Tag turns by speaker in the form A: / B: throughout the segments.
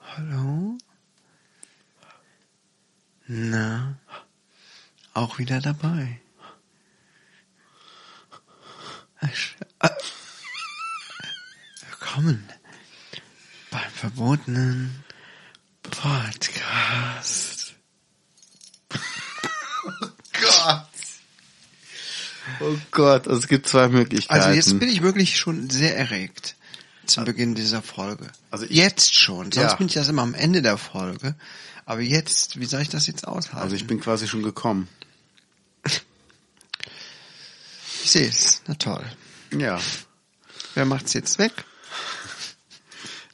A: Hallo? Na, auch wieder dabei. Sch- äh. Willkommen beim verbotenen Podcast.
B: Gott. Oh Gott, es gibt zwei Möglichkeiten.
A: Also jetzt bin ich wirklich schon sehr erregt zum Beginn dieser Folge.
B: Also ich-
A: jetzt schon. Sonst
B: Ja.
A: bin ich das immer am Ende der Folge. Aber jetzt, wie soll ich das jetzt aushalten?
B: also ich bin quasi schon gekommen.
A: ich sehe es. Na toll.
B: Ja.
A: Wer macht's jetzt weg?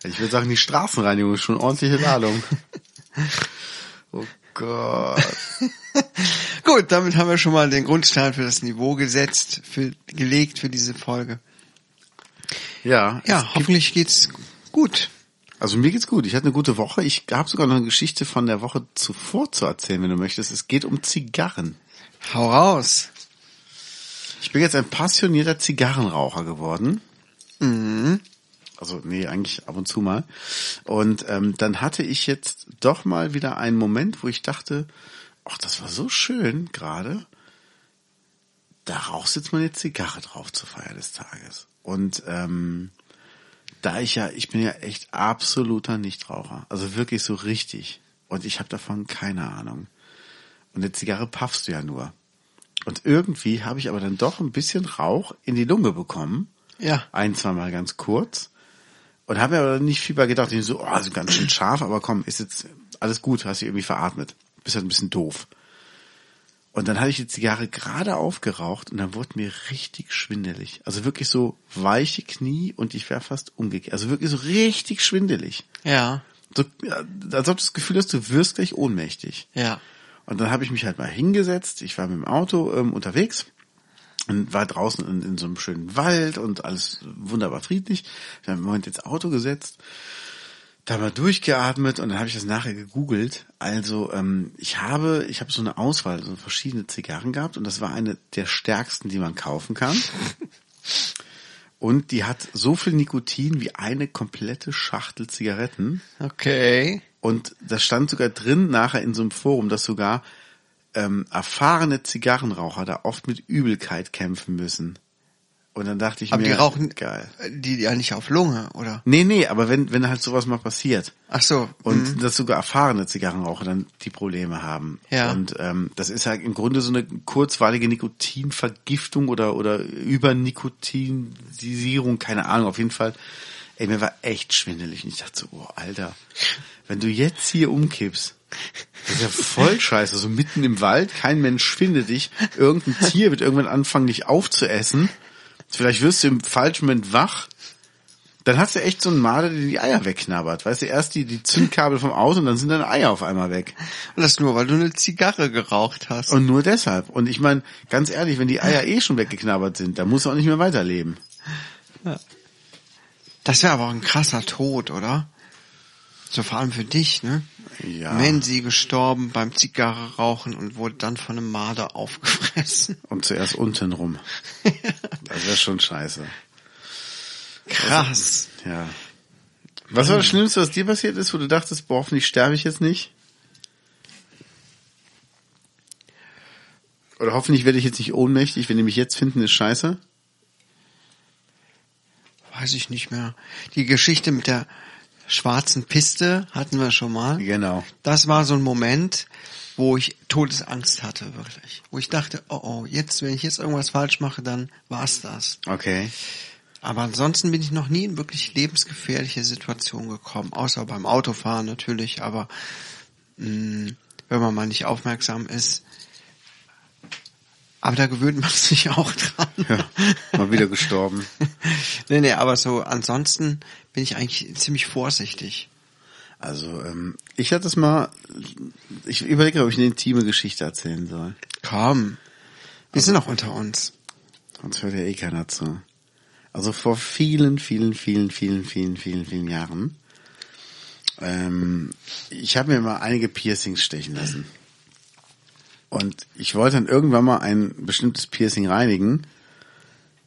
B: Ich würde sagen, die Straßenreinigung ist schon ordentliche Ladung. Oh Gott.
A: Gut, damit haben wir schon mal den Grundstein für das Niveau gesetzt, für, gelegt für diese Folge.
B: Ja.
A: Ja, hoffentlich geht's gut.
B: Also mir geht's gut. Ich hatte eine gute Woche. Ich habe sogar noch eine Geschichte von der Woche zuvor zu erzählen, wenn du möchtest. Es geht um Zigarren.
A: Hau raus.
B: Ich bin jetzt ein passionierter Zigarrenraucher geworden. Also nee, eigentlich ab und zu mal. Und ähm, dann hatte ich jetzt doch mal wieder einen Moment, wo ich dachte, ach, das war so schön gerade. Da rauchst jetzt mal eine Zigarre drauf zur Feier des Tages. Und ähm, da ich ja, ich bin ja echt absoluter Nichtraucher. Also wirklich so richtig. Und ich habe davon keine Ahnung. Und eine Zigarre paffst du ja nur. Und irgendwie habe ich aber dann doch ein bisschen Rauch in die Lunge bekommen.
A: Ja.
B: Ein, zweimal ganz kurz. Und habe mir aber nicht viel bei gedacht. Ich so, oh, also ganz schön scharf, aber komm, ist jetzt alles gut, hast dich irgendwie veratmet. Bist halt ein bisschen doof. Und dann hatte ich die Zigarre gerade aufgeraucht und dann wurde mir richtig schwindelig. Also wirklich so weiche Knie und ich wäre fast umgekehrt. Also wirklich so richtig schwindelig.
A: Ja.
B: So, ja, als ob du das Gefühl hast, du wirst gleich ohnmächtig.
A: Ja.
B: Und dann habe ich mich halt mal hingesetzt. Ich war mit dem Auto ähm, unterwegs und war draußen in, in so einem schönen Wald und alles wunderbar friedlich. Ich habe im Moment ins Auto gesetzt, da mal durchgeatmet und dann habe ich das nachher gegoogelt. Also ähm, ich habe, ich habe so eine Auswahl, so verschiedene Zigarren gehabt und das war eine der stärksten, die man kaufen kann. Und die hat so viel Nikotin wie eine komplette Schachtel Zigaretten.
A: Okay.
B: Und da stand sogar drin nachher in so einem Forum, dass sogar ähm, erfahrene Zigarrenraucher da oft mit Übelkeit kämpfen müssen. Und dann dachte ich
A: Aber
B: mir,
A: die rauchen
B: geil.
A: die ja nicht auf Lunge, oder?
B: Nee, nee, aber wenn, wenn halt sowas mal passiert
A: Ach so.
B: und dass sogar erfahrene Zigarrenraucher dann die Probleme haben.
A: Ja.
B: Und ähm, das ist halt im Grunde so eine kurzweilige Nikotinvergiftung oder, oder Übernikotinisierung, keine Ahnung, auf jeden Fall. Ey, mir war echt schwindelig und ich dachte so, oh, Alter, wenn du jetzt hier umkippst, das ist ja voll scheiße, so mitten im Wald, kein Mensch findet dich, irgendein Tier wird irgendwann anfangen, dich aufzuessen, vielleicht wirst du im falschen Moment wach, dann hast du echt so einen Marder, der die Eier wegknabbert. Weißt du, erst die, die Zündkabel vom Auto und dann sind deine Eier auf einmal weg.
A: Und das nur, weil du eine Zigarre geraucht hast.
B: Und nur deshalb. Und ich meine, ganz ehrlich, wenn die Eier eh schon weggeknabbert sind, dann musst du auch nicht mehr weiterleben.
A: Das wäre aber auch ein krasser Tod, oder? So vor allem für dich, ne?
B: Ja.
A: Mansi gestorben beim Zigarre rauchen und wurde dann von einem Marder aufgefressen.
B: Und zuerst unten rum. Das wäre schon scheiße.
A: Krass.
B: Ja. Was war das Schlimmste, was dir passiert ist, wo du dachtest, boah, hoffentlich sterbe ich jetzt nicht? Oder hoffentlich werde ich jetzt nicht ohnmächtig, wenn die mich jetzt finden, ist scheiße.
A: Also, Weiß ich nicht mehr. Die Geschichte mit der schwarzen Piste hatten wir schon mal.
B: Genau.
A: Das war so ein Moment, wo ich Todesangst hatte, wirklich. Wo ich dachte, oh oh, jetzt, wenn ich jetzt irgendwas falsch mache, dann war's das.
B: Okay.
A: Aber ansonsten bin ich noch nie in wirklich lebensgefährliche Situationen gekommen, außer beim Autofahren natürlich, aber mh, wenn man mal nicht aufmerksam ist. Aber da gewöhnt man sich auch dran.
B: Ja. Mal wieder gestorben.
A: nee, nee, aber so ansonsten bin ich eigentlich ziemlich vorsichtig.
B: Also, ähm, ich hatte es mal, ich überlege, ob ich eine intime Geschichte erzählen soll.
A: Komm. Wir sind auch unter uns.
B: Sonst hört ja eh keiner zu. Also vor vielen, vielen, vielen, vielen, vielen, vielen, vielen Jahren. Ähm, ich habe mir mal einige Piercings stechen lassen. Und ich wollte dann irgendwann mal ein bestimmtes Piercing reinigen,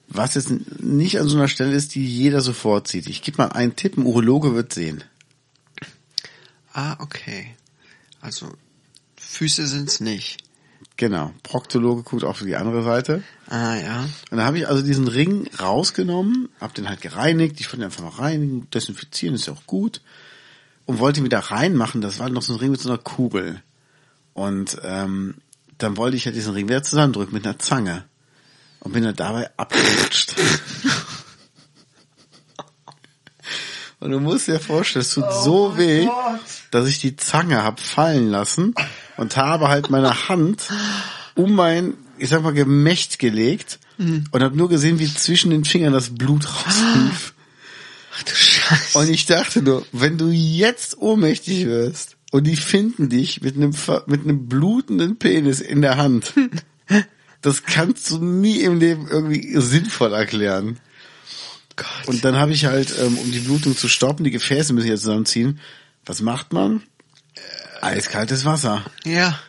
B: was jetzt nicht an so einer Stelle ist, die jeder sofort sieht. Ich gebe mal einen Tipp, ein Urologe wird sehen.
A: Ah, okay. Also, Füße sind's nicht.
B: Genau. Proktologe guckt auch für die andere Seite.
A: Ah, ja.
B: Und da habe ich also diesen Ring rausgenommen, habe den halt gereinigt. Ich wollte ihn einfach mal reinigen, desinfizieren, ist ja auch gut. Und wollte ihn wieder reinmachen. Das war noch so ein Ring mit so einer Kugel. Und ähm, dann wollte ich halt diesen Ring wieder zusammendrücken mit einer Zange. Und bin dann dabei abgerutscht. Und du musst dir vorstellen, es tut so weh, dass ich die Zange hab fallen lassen und habe halt meine Hand um mein, ich sag mal, Gemächt gelegt und habe nur gesehen, wie zwischen den Fingern das Blut rauslief.
A: Ach du Scheiße.
B: Und ich dachte nur, wenn du jetzt ohnmächtig wirst und die finden dich mit einem, ver- mit einem blutenden Penis in der Hand, das kannst du nie im Leben irgendwie sinnvoll erklären.
A: Gott.
B: Und dann habe ich halt, ähm, um die Blutung zu stoppen, die Gefäße müssen ja zusammenziehen. Was macht man? Äh, Eiskaltes Wasser.
A: ja.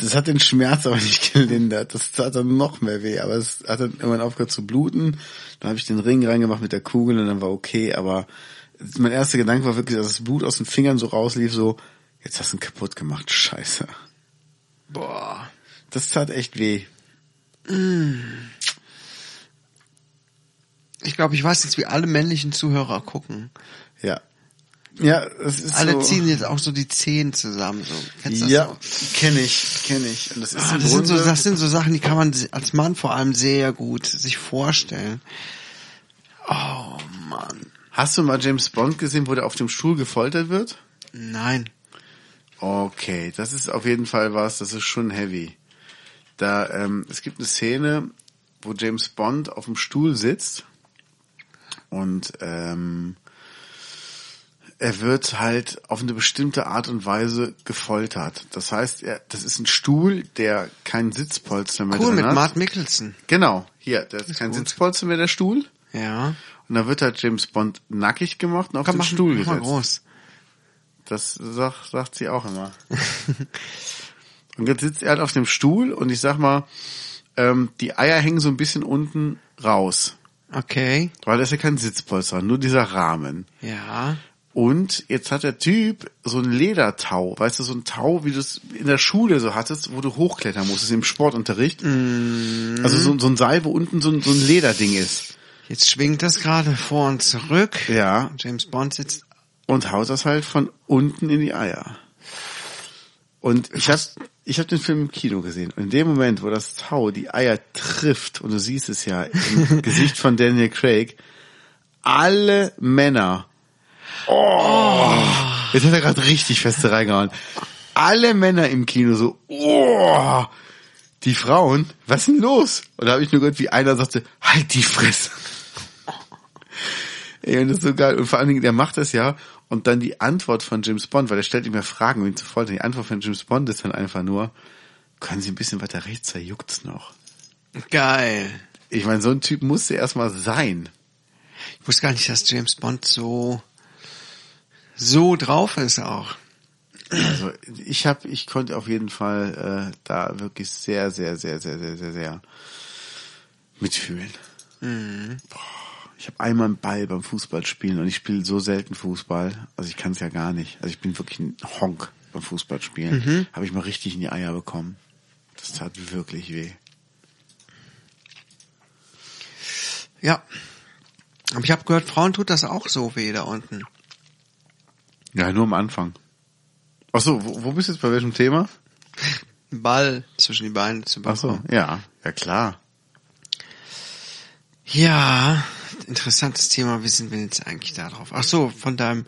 B: Das hat den Schmerz aber nicht gelindert. Das tat dann noch mehr weh, aber es hat dann irgendwann aufgehört zu bluten. Dann habe ich den Ring reingemacht mit der Kugel und dann war okay, aber mein erster Gedanke war wirklich, dass das Blut aus den Fingern so rauslief, so, jetzt hast du ihn kaputt gemacht, scheiße.
A: Boah.
B: Das tat echt weh.
A: Ich glaube, ich weiß jetzt, wie alle männlichen Zuhörer gucken.
B: Ja. Ja, es ist
A: Alle
B: so.
A: ziehen jetzt auch so die Zehen zusammen. So. Kennst du das
B: Ja,
A: so?
B: kenne ich, kenne ich. Und das ist
A: Ah,
B: im
A: das, sind so,
B: Grunde-
A: das sind so Sachen, die kann man si- als Mann vor allem sehr gut sich vorstellen. Oh Mann.
B: Hast du mal James Bond gesehen, wo der auf dem Stuhl gefoltert wird?
A: Nein.
B: Okay, das ist auf jeden Fall was, das ist schon heavy. Da, ähm, es gibt eine Szene, wo James Bond auf dem Stuhl sitzt und ähm, er wird halt auf eine bestimmte Art und Weise gefoltert. Das heißt, er, das ist ein Stuhl, der kein Sitzpolster mehr
A: Cool,
B: drin
A: mit
B: hat.
A: Mart Mickelson.
B: Genau, hier, der ist kein
A: gut.
B: Sitzpolster mehr, der Stuhl.
A: Ja.
B: Und da wird halt James Bond nackig gemacht und auf
A: Komm,
B: den
A: mach,
B: Stuhl
A: mach mal
B: gesetzt.
A: groß.
B: Das sagt, sagt sie auch immer. und jetzt sitzt er halt auf dem Stuhl und ich sag mal, ähm, die Eier hängen so ein bisschen unten raus.
A: Okay.
B: Weil das ist ja kein Sitzpolster, nur dieser Rahmen.
A: Ja.
B: Und jetzt hat der Typ so ein Ledertau, weißt du, so ein Tau, wie du es in der Schule so hattest, wo du hochklettern musstest im Sportunterricht. Also so, so ein Seil, wo unten so ein, so ein Lederding ist.
A: Jetzt schwingt das gerade vor und zurück.
B: Ja.
A: James Bond sitzt.
B: und haut das halt von unten in die Eier. Und ich hab, ich hab den Film im Kino gesehen. Und in dem Moment, wo das Tau die Eier trifft, und du siehst es ja im Gesicht von Daniel Craig, alle Männer, oh, jetzt hat er gerade richtig feste reingehauen, alle Männer im Kino so, oh, die Frauen, was ist denn los? Und da habe ich nur gehört, wie einer sagte, halt die Fresse. Ey, und das ist so geil. Und vor allen Dingen, der macht das ja. Und dann die Antwort von James Bond, weil er stellt ihm ja Fragen, um ihn zu foltern. Die Antwort von James Bond ist dann einfach nur, können Sie ein bisschen weiter rechts, da juckt's noch.
A: Geil.
B: Ich meine, so ein Typ musste erstmal sein.
A: Ich wusste gar nicht, dass James Bond so, so drauf ist auch.
B: Also ich hab, ich konnte auf jeden Fall äh, da wirklich sehr, sehr, sehr, sehr, sehr, sehr, sehr mitfühlen. Boah, ich habe einmal einen Ball beim Fußballspielen und ich spiele so selten Fußball, also ich kann es ja gar nicht. Also ich bin wirklich ein Honk beim Fußballspielen. Habe ich mal richtig in die Eier bekommen. Das tat wirklich weh.
A: Ja. Aber ich habe gehört, Frauen tut das auch so weh da unten.
B: Ja, nur am Anfang. Ach so, wo, wo bist du jetzt bei welchem Thema?
A: Ball zwischen die Beine zu
B: Ach so,
A: bekommen.
B: ja, ja klar.
A: Ja, interessantes Thema. Wie sind wir jetzt eigentlich da drauf? Ach so, von deinem,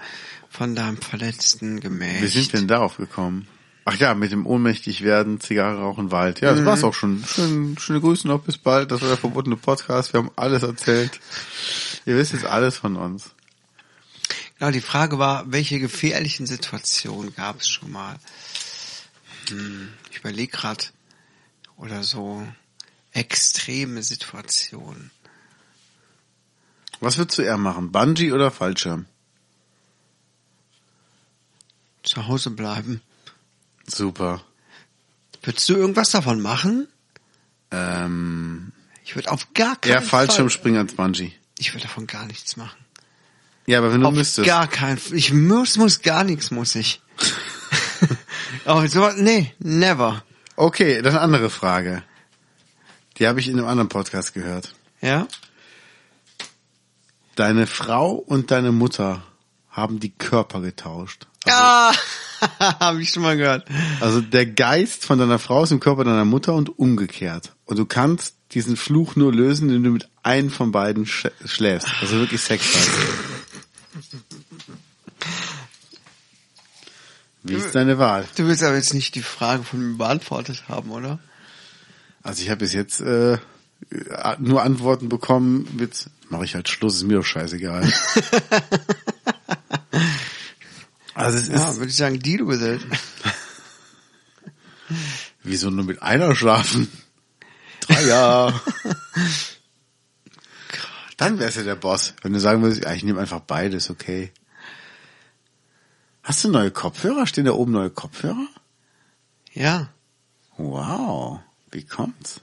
A: von deinem verletzten Gemächt.
B: Wie sind wir denn darauf gekommen? Ach ja, mit dem ohnmächtig werden, Zigarre rauchen, Wald. Ja, das war's auch schon. Schön, schöne Grüße noch, bis bald. Das war der verbotene Podcast. Wir haben alles erzählt. Ihr wisst jetzt alles von uns.
A: Genau, die Frage war, welche gefährlichen Situationen gab es schon mal? Hm, ich überlege gerade. Oder so extreme Situationen.
B: Was würdest du eher machen? Bungee oder Fallschirm?
A: Zu Hause bleiben.
B: Super.
A: Würdest du irgendwas davon machen?
B: Ähm,
A: Ich würde auf gar keinen
B: eher
A: Fall...
B: Fallschirmspringen als Bungee.
A: Ich würde davon gar nichts machen.
B: Ja, aber wenn du
A: auf
B: müsstest.
A: gar keinen Fall. Ich muss, muss gar nichts, muss ich. Aber so, nee, never.
B: Okay, dann andere Frage. Die habe ich in einem anderen Podcast gehört.
A: Ja?
B: Deine Frau und deine Mutter haben die Körper getauscht.
A: Ja, habe ich schon mal gehört.
B: Also der Geist von deiner Frau ist im Körper deiner Mutter und umgekehrt. Und du kannst diesen Fluch nur lösen, indem du mit einem von beiden sch schläfst. Also wirklich Sex hast. Wie ist deine Wahl?
A: Du willst aber jetzt nicht die Frage von mir beantwortet haben, oder?
B: Also ich habe bis jetzt äh, nur Antworten bekommen mit mache ich halt Schluss, ist mir doch scheißegal. also es
A: Ja,
B: ist
A: würde ich sagen, die du gesellt.
B: wieso nur mit einer schlafen? Dreier. Dann wärst du der Boss, wenn du sagen würdest, ja, ich nehme einfach beides, okay. Hast du neue Kopfhörer? Stehen da oben neue Kopfhörer?
A: Ja,
B: Wow, wie kommt's?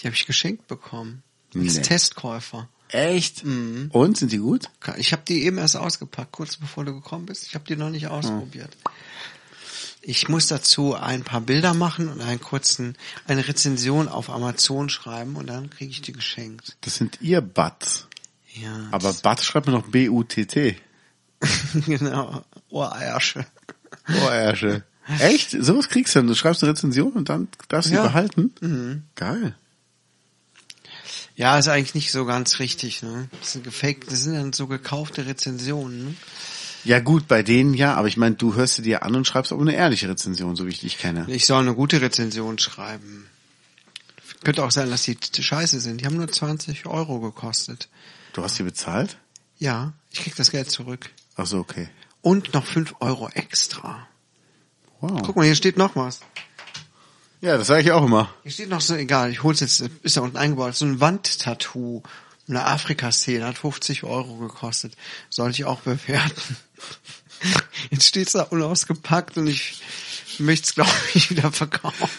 A: die habe ich geschenkt bekommen. Als
B: Nee.
A: Testkäufer.
B: Echt? Und sind die gut?
A: Ich habe die eben erst ausgepackt, kurz bevor du gekommen bist. Ich habe die noch nicht ausprobiert. Ich muss dazu ein paar Bilder machen und einen kurzen, eine Rezension auf Amazon schreiben und dann kriege ich die geschenkt.
B: Das sind Earbuds.
A: Ja.
B: Aber Butt schreibt man noch B-U-T-T.
A: genau. Ohreiersche.
B: Oh, Ärsche. Echt? Sowas kriegst du dann. Du schreibst eine Rezension und dann darfst du
A: Ja.
B: die behalten? Geil.
A: Ja, ist eigentlich nicht so ganz richtig, ne? Das sind gefaked, das sind dann so gekaufte Rezensionen, ne?
B: Ja gut, bei denen ja, aber ich meine, du hörst sie dir an und schreibst auch eine ehrliche Rezension, so wie ich dich kenne.
A: Ich soll eine gute Rezension schreiben. Könnte auch sein, dass die t- scheiße sind. Die haben nur 20 Euro gekostet.
B: Du hast sie bezahlt?
A: Ja, ich krieg das Geld zurück.
B: Ach so, okay.
A: Und noch 5 Euro extra.
B: Wow.
A: Guck mal, hier steht noch was.
B: Ja, das sage ich auch immer.
A: Hier steht noch so, egal, ich hol's jetzt, ist da unten eingebaut, so ein Wandtattoo. Eine Afrika-Szene hat 50 Euro gekostet. Sollte ich auch bewerten. Jetzt steht's da unausgepackt und ich möchte es, glaube ich, wieder verkaufen.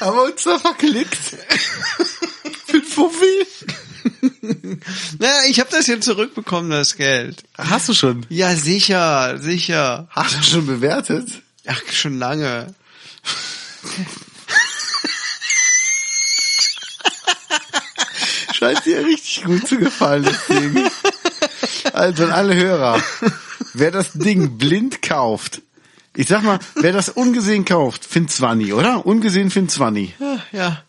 B: Aber uns da verklickt. Bin Fuffi.
A: Naja, ich habe das hier zurückbekommen, das Geld.
B: Hast du schon?
A: Ja, sicher, sicher.
B: Hast du schon bewertet?
A: Ach, schon lange.
B: Scheint dir richtig gut zu gefallen, das Ding. Also an alle Hörer, wer das Ding blind kauft, ich sag mal, wer das ungesehen kauft, findet Swanny, oder? Ungesehen findet Swanny.
A: Ja, ja.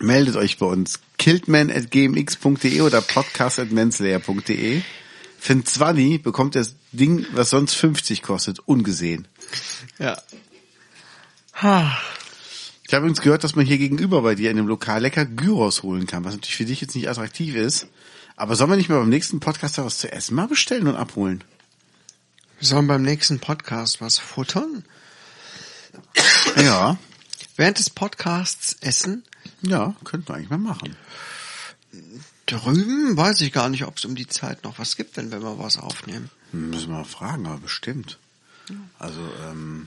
B: Meldet euch bei uns. Kiltman.gmx.de oder podcast.manslayer.de. Findet Swanny, bekommt das Ding, was sonst 50 kostet, ungesehen.
A: ja. Ha.
B: Ich habe übrigens gehört, dass man hier gegenüber bei dir in dem Lokal lecker Gyros holen kann, was natürlich für dich jetzt nicht attraktiv ist. Aber sollen wir nicht mal beim nächsten Podcast da was zu essen mal bestellen und abholen?
A: Wir sollen beim nächsten Podcast was futtern?
B: Ja,
A: Während des Podcasts essen?
B: ja, könnten wir eigentlich mal machen.
A: Drüben weiß ich gar nicht, ob es um die Zeit noch was gibt, wenn wir mal was aufnehmen.
B: Müssen wir mal fragen, aber bestimmt. Also, ähm,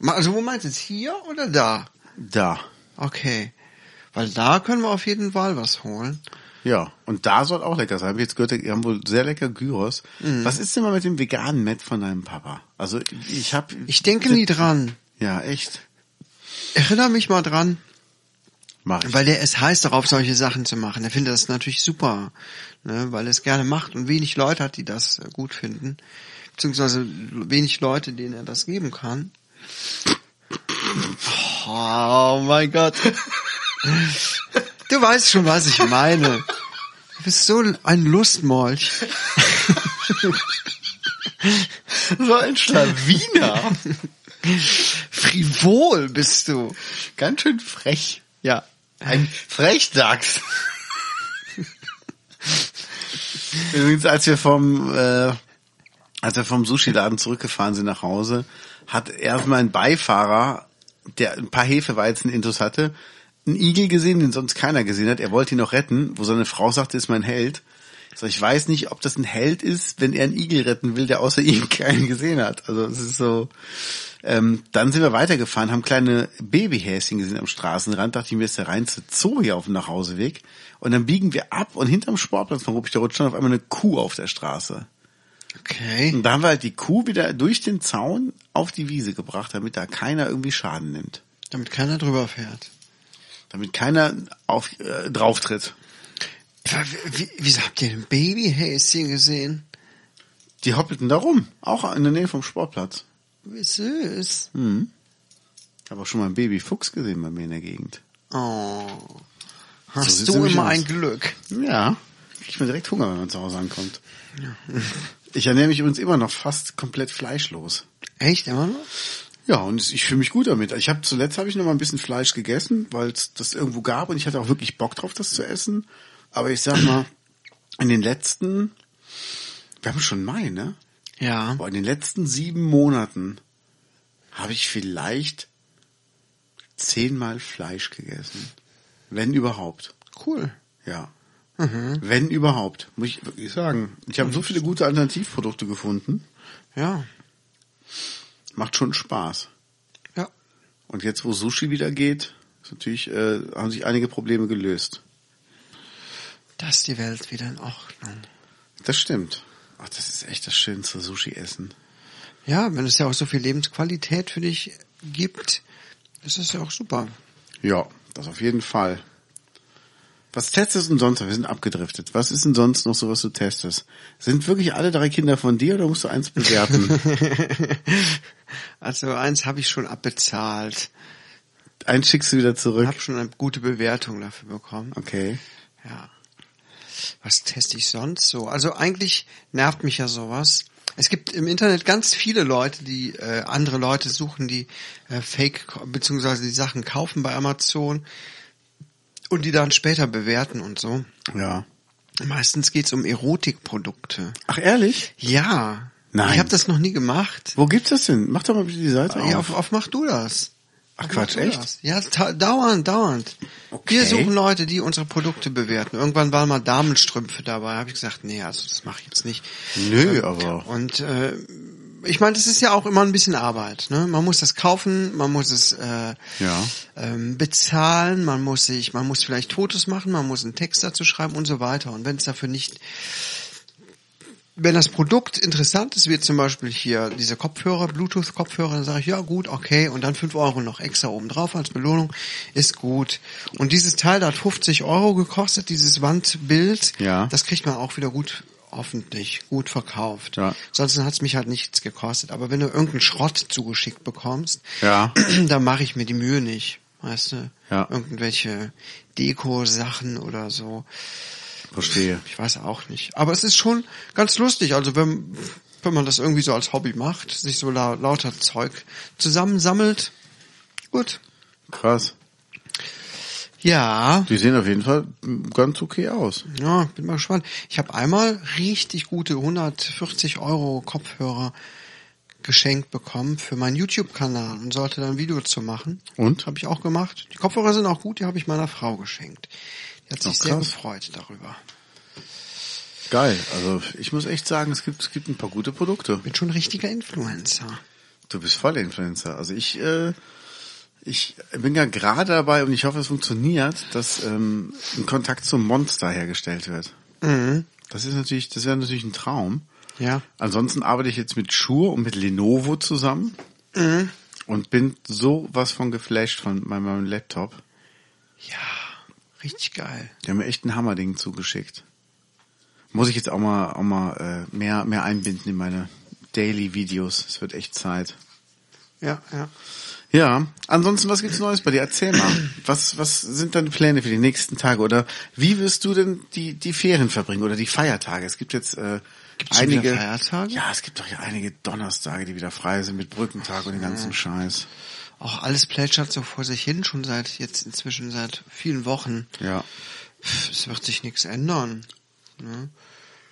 A: Ma- Also wo meinst du jetzt? Hier oder da?
B: da.
A: Okay. Weil da können wir auf jeden Fall was holen.
B: Ja, und da soll auch lecker sein. Hab ich jetzt gehört, die haben wohl sehr lecker Gyros. Was ist denn mal mit dem veganen Met von deinem Papa? Also, ich hab...
A: Ich denke nie dran.
B: Ja, echt.
A: Erinnere mich mal dran,
B: Mach ich.
A: weil der es heiß darauf, solche Sachen zu machen. Er findet das natürlich super, ne? weil er es gerne macht und wenig Leute hat, die das äh, gut finden. Beziehungsweise wenig Leute, denen er das geben kann. Oh mein Gott. Du weißt schon, was ich meine. Du bist so ein Lustmolch.
B: So ein Schlawiner.
A: Frivol bist du.
B: Ganz schön frech.
A: Ja.
B: Ein Frechdachs. Übrigens, als wir vom, äh, als wir vom Sushi-Laden zurückgefahren sind nach Hause, hat erstmal ein Beifahrer, der ein paar Hefeweizen intus hatte, einen Igel gesehen, den sonst keiner gesehen hat. Er wollte ihn noch retten, wo seine Frau sagte, ist mein Held. Ich sag, ich weiß nicht, ob das ein Held ist, wenn er einen Igel retten will, der außer ihm keinen gesehen hat. Also es ist so. Ähm, dann sind wir weitergefahren, haben kleine Babyhäschen gesehen am Straßenrand, dachte ich mir, ist der reinste Zoo hier auf dem Nachhauseweg. Und dann biegen wir ab und hinterm Sportplatz von Rupich der Rutsch stand auf einmal eine Kuh auf der Straße.
A: Okay.
B: Und da haben wir halt die Kuh wieder durch den Zaun auf die Wiese gebracht, damit da keiner irgendwie Schaden nimmt.
A: Damit keiner drüber fährt.
B: Damit keiner auf, äh, drauf tritt.
A: Wie, wie, wieso habt ihr ein Babyhäschen gesehen?
B: Die hoppelten da rum, auch in der Nähe vom Sportplatz.
A: Wie süß.
B: Habe auch schon mal einen Babyfuchs gesehen bei mir in der Gegend.
A: Oh.
B: So
A: Hast
B: sieht's
A: du
B: nämlich
A: immer
B: aus.
A: ein Glück.
B: Ja, kriegt man direkt Hunger, wenn man zu Hause ankommt. Ich ernähre mich übrigens immer noch fast komplett fleischlos.
A: Echt, immer noch?
B: Ja, und ich fühle mich gut damit. Ich habe zuletzt habe ich noch mal ein bisschen Fleisch gegessen, weil es das irgendwo gab und ich hatte auch wirklich Bock drauf, das zu essen. Aber ich sag mal, in den letzten, wir haben schon Mai, ne?
A: Ja.
B: Boah, in den letzten sieben Monaten habe ich vielleicht zehnmal Fleisch gegessen. Wenn überhaupt.
A: Cool.
B: Ja. Wenn überhaupt, muss ich wirklich sagen. Ich habe so viele gute Alternativprodukte gefunden.
A: Ja.
B: Macht schon Spaß.
A: Ja.
B: Und jetzt, wo Sushi wieder geht, ist natürlich, äh, haben sich einige Probleme gelöst.
A: Das ist die Welt wieder in Ordnung.
B: Das stimmt. Ach, das ist echt das schönste Sushi-Essen.
A: Ja, wenn es ja auch so viel Lebensqualität für dich gibt, ist das ja auch super.
B: Ja, das auf jeden Fall. Was testest du denn sonst? noch? Wir sind abgedriftet. Was ist denn sonst noch so, was du testest? Sind wirklich alle drei Kinder von dir oder musst du eins bewerten?
A: Also eins habe ich schon abbezahlt.
B: eins schickst du wieder
A: Ich
B: zurück.
A: habe schon eine gute Bewertung dafür bekommen.
B: Okay.
A: Ja. Was teste ich sonst so? Also eigentlich nervt mich ja sowas. Es gibt im Internet ganz viele Leute, die äh, andere Leute suchen, die äh, Fake beziehungsweise die Sachen kaufen bei Amazon und die dann später bewerten und so.
B: Ja.
A: Meistens geht's um Erotikprodukte.
B: Ach, ehrlich?
A: Ja.
B: Nein.
A: Ich habe das noch nie gemacht.
B: Wo gibt's das denn? Mach doch mal bitte die Seite
A: Ja,
B: auf.
A: auf, auf mach du das.
B: Ach,
A: Auf
B: Quatsch,
A: Mach Du
B: echt?
A: Das. Ja, ta- dauernd, dauernd.
B: Okay.
A: Wir suchen Leute, die unsere Produkte bewerten. Irgendwann waren mal Damenstrümpfe dabei, habe ich gesagt, nee, also das mache ich jetzt nicht. Ähm,
B: Nö, aber.
A: Und äh, ich meine, das ist ja auch immer ein bisschen Arbeit. Ne? Man muss das kaufen, man muss es äh,
B: Ja.
A: ähm, bezahlen, man muss sich, man muss vielleicht Fotos machen, man muss einen Text dazu schreiben und so weiter. Und wenn es dafür nicht, wenn das Produkt interessant ist, wie zum Beispiel hier diese Kopfhörer, Bluetooth-Kopfhörer, dann sage ich, ja gut, okay, und dann 5 Euro noch extra oben drauf als Belohnung, ist gut. Und dieses Teil, da hat 50 Euro gekostet, dieses Wandbild,
B: Ja.
A: das kriegt man auch wieder gut hoffentlich gut verkauft.
B: Ja.
A: Sonst hat es mich halt nichts gekostet. Aber wenn du irgendeinen Schrott zugeschickt bekommst,
B: Ja.
A: da mache ich mir die Mühe nicht. Weißt du?
B: Ja.
A: Irgendwelche Deko-Sachen oder so.
B: Verstehe.
A: Ich weiß auch nicht. Aber es ist schon ganz lustig. Also wenn, wenn man das irgendwie so als Hobby macht, sich so lau lauter Zeug zusammensammelt. Gut.
B: Krass.
A: Ja.
B: Die sehen auf jeden Fall ganz okay aus.
A: Ja, bin mal gespannt. Ich habe einmal richtig gute 140 Euro Kopfhörer geschenkt bekommen für meinen YouTube-Kanal und sollte dann ein Video zu machen.
B: Und?
A: Habe ich auch gemacht. Die Kopfhörer sind auch gut, die habe ich meiner Frau geschenkt. Die hat sich
B: Ach,
A: sehr
B: krass.
A: gefreut darüber.
B: Geil. Also ich muss echt sagen, es gibt, es gibt ein paar gute Produkte.
A: Bin schon ein richtiger Influencer.
B: Du bist voll Influencer. Also ich, äh, ich bin ja gerade dabei und ich hoffe, es funktioniert, dass ähm, ein Kontakt zum Monster hergestellt wird. Das ist natürlich, das wäre natürlich ein Traum.
A: Ja.
B: Ansonsten arbeite ich jetzt mit Shure und mit Lenovo zusammen Mhm. und bin sowas von geflasht von meinem, meinem Laptop.
A: Ja, richtig geil.
B: Die haben mir echt ein Hammerding zugeschickt. Muss ich jetzt auch mal, auch mal äh, mehr, mehr einbinden in meine Daily Videos. Es wird echt Zeit.
A: Ja, ja.
B: Ja, ansonsten, was gibt's Neues bei dir? Erzähl mal. Was, was sind deine Pläne für die nächsten Tage? Oder wie wirst du denn die, die Ferien verbringen oder die Feiertage? Es gibt jetzt äh,
A: Gibt's schon wieder
B: einige
A: Feiertage?
B: Ja, es gibt doch ja einige Donnerstage, die wieder frei sind mit Brückentag und den ganzen Scheiß.
A: Auch alles plätschert so vor sich hin, schon seit jetzt inzwischen seit vielen Wochen.
B: Ja.
A: Pff, Es wird sich nichts ändern. Ne?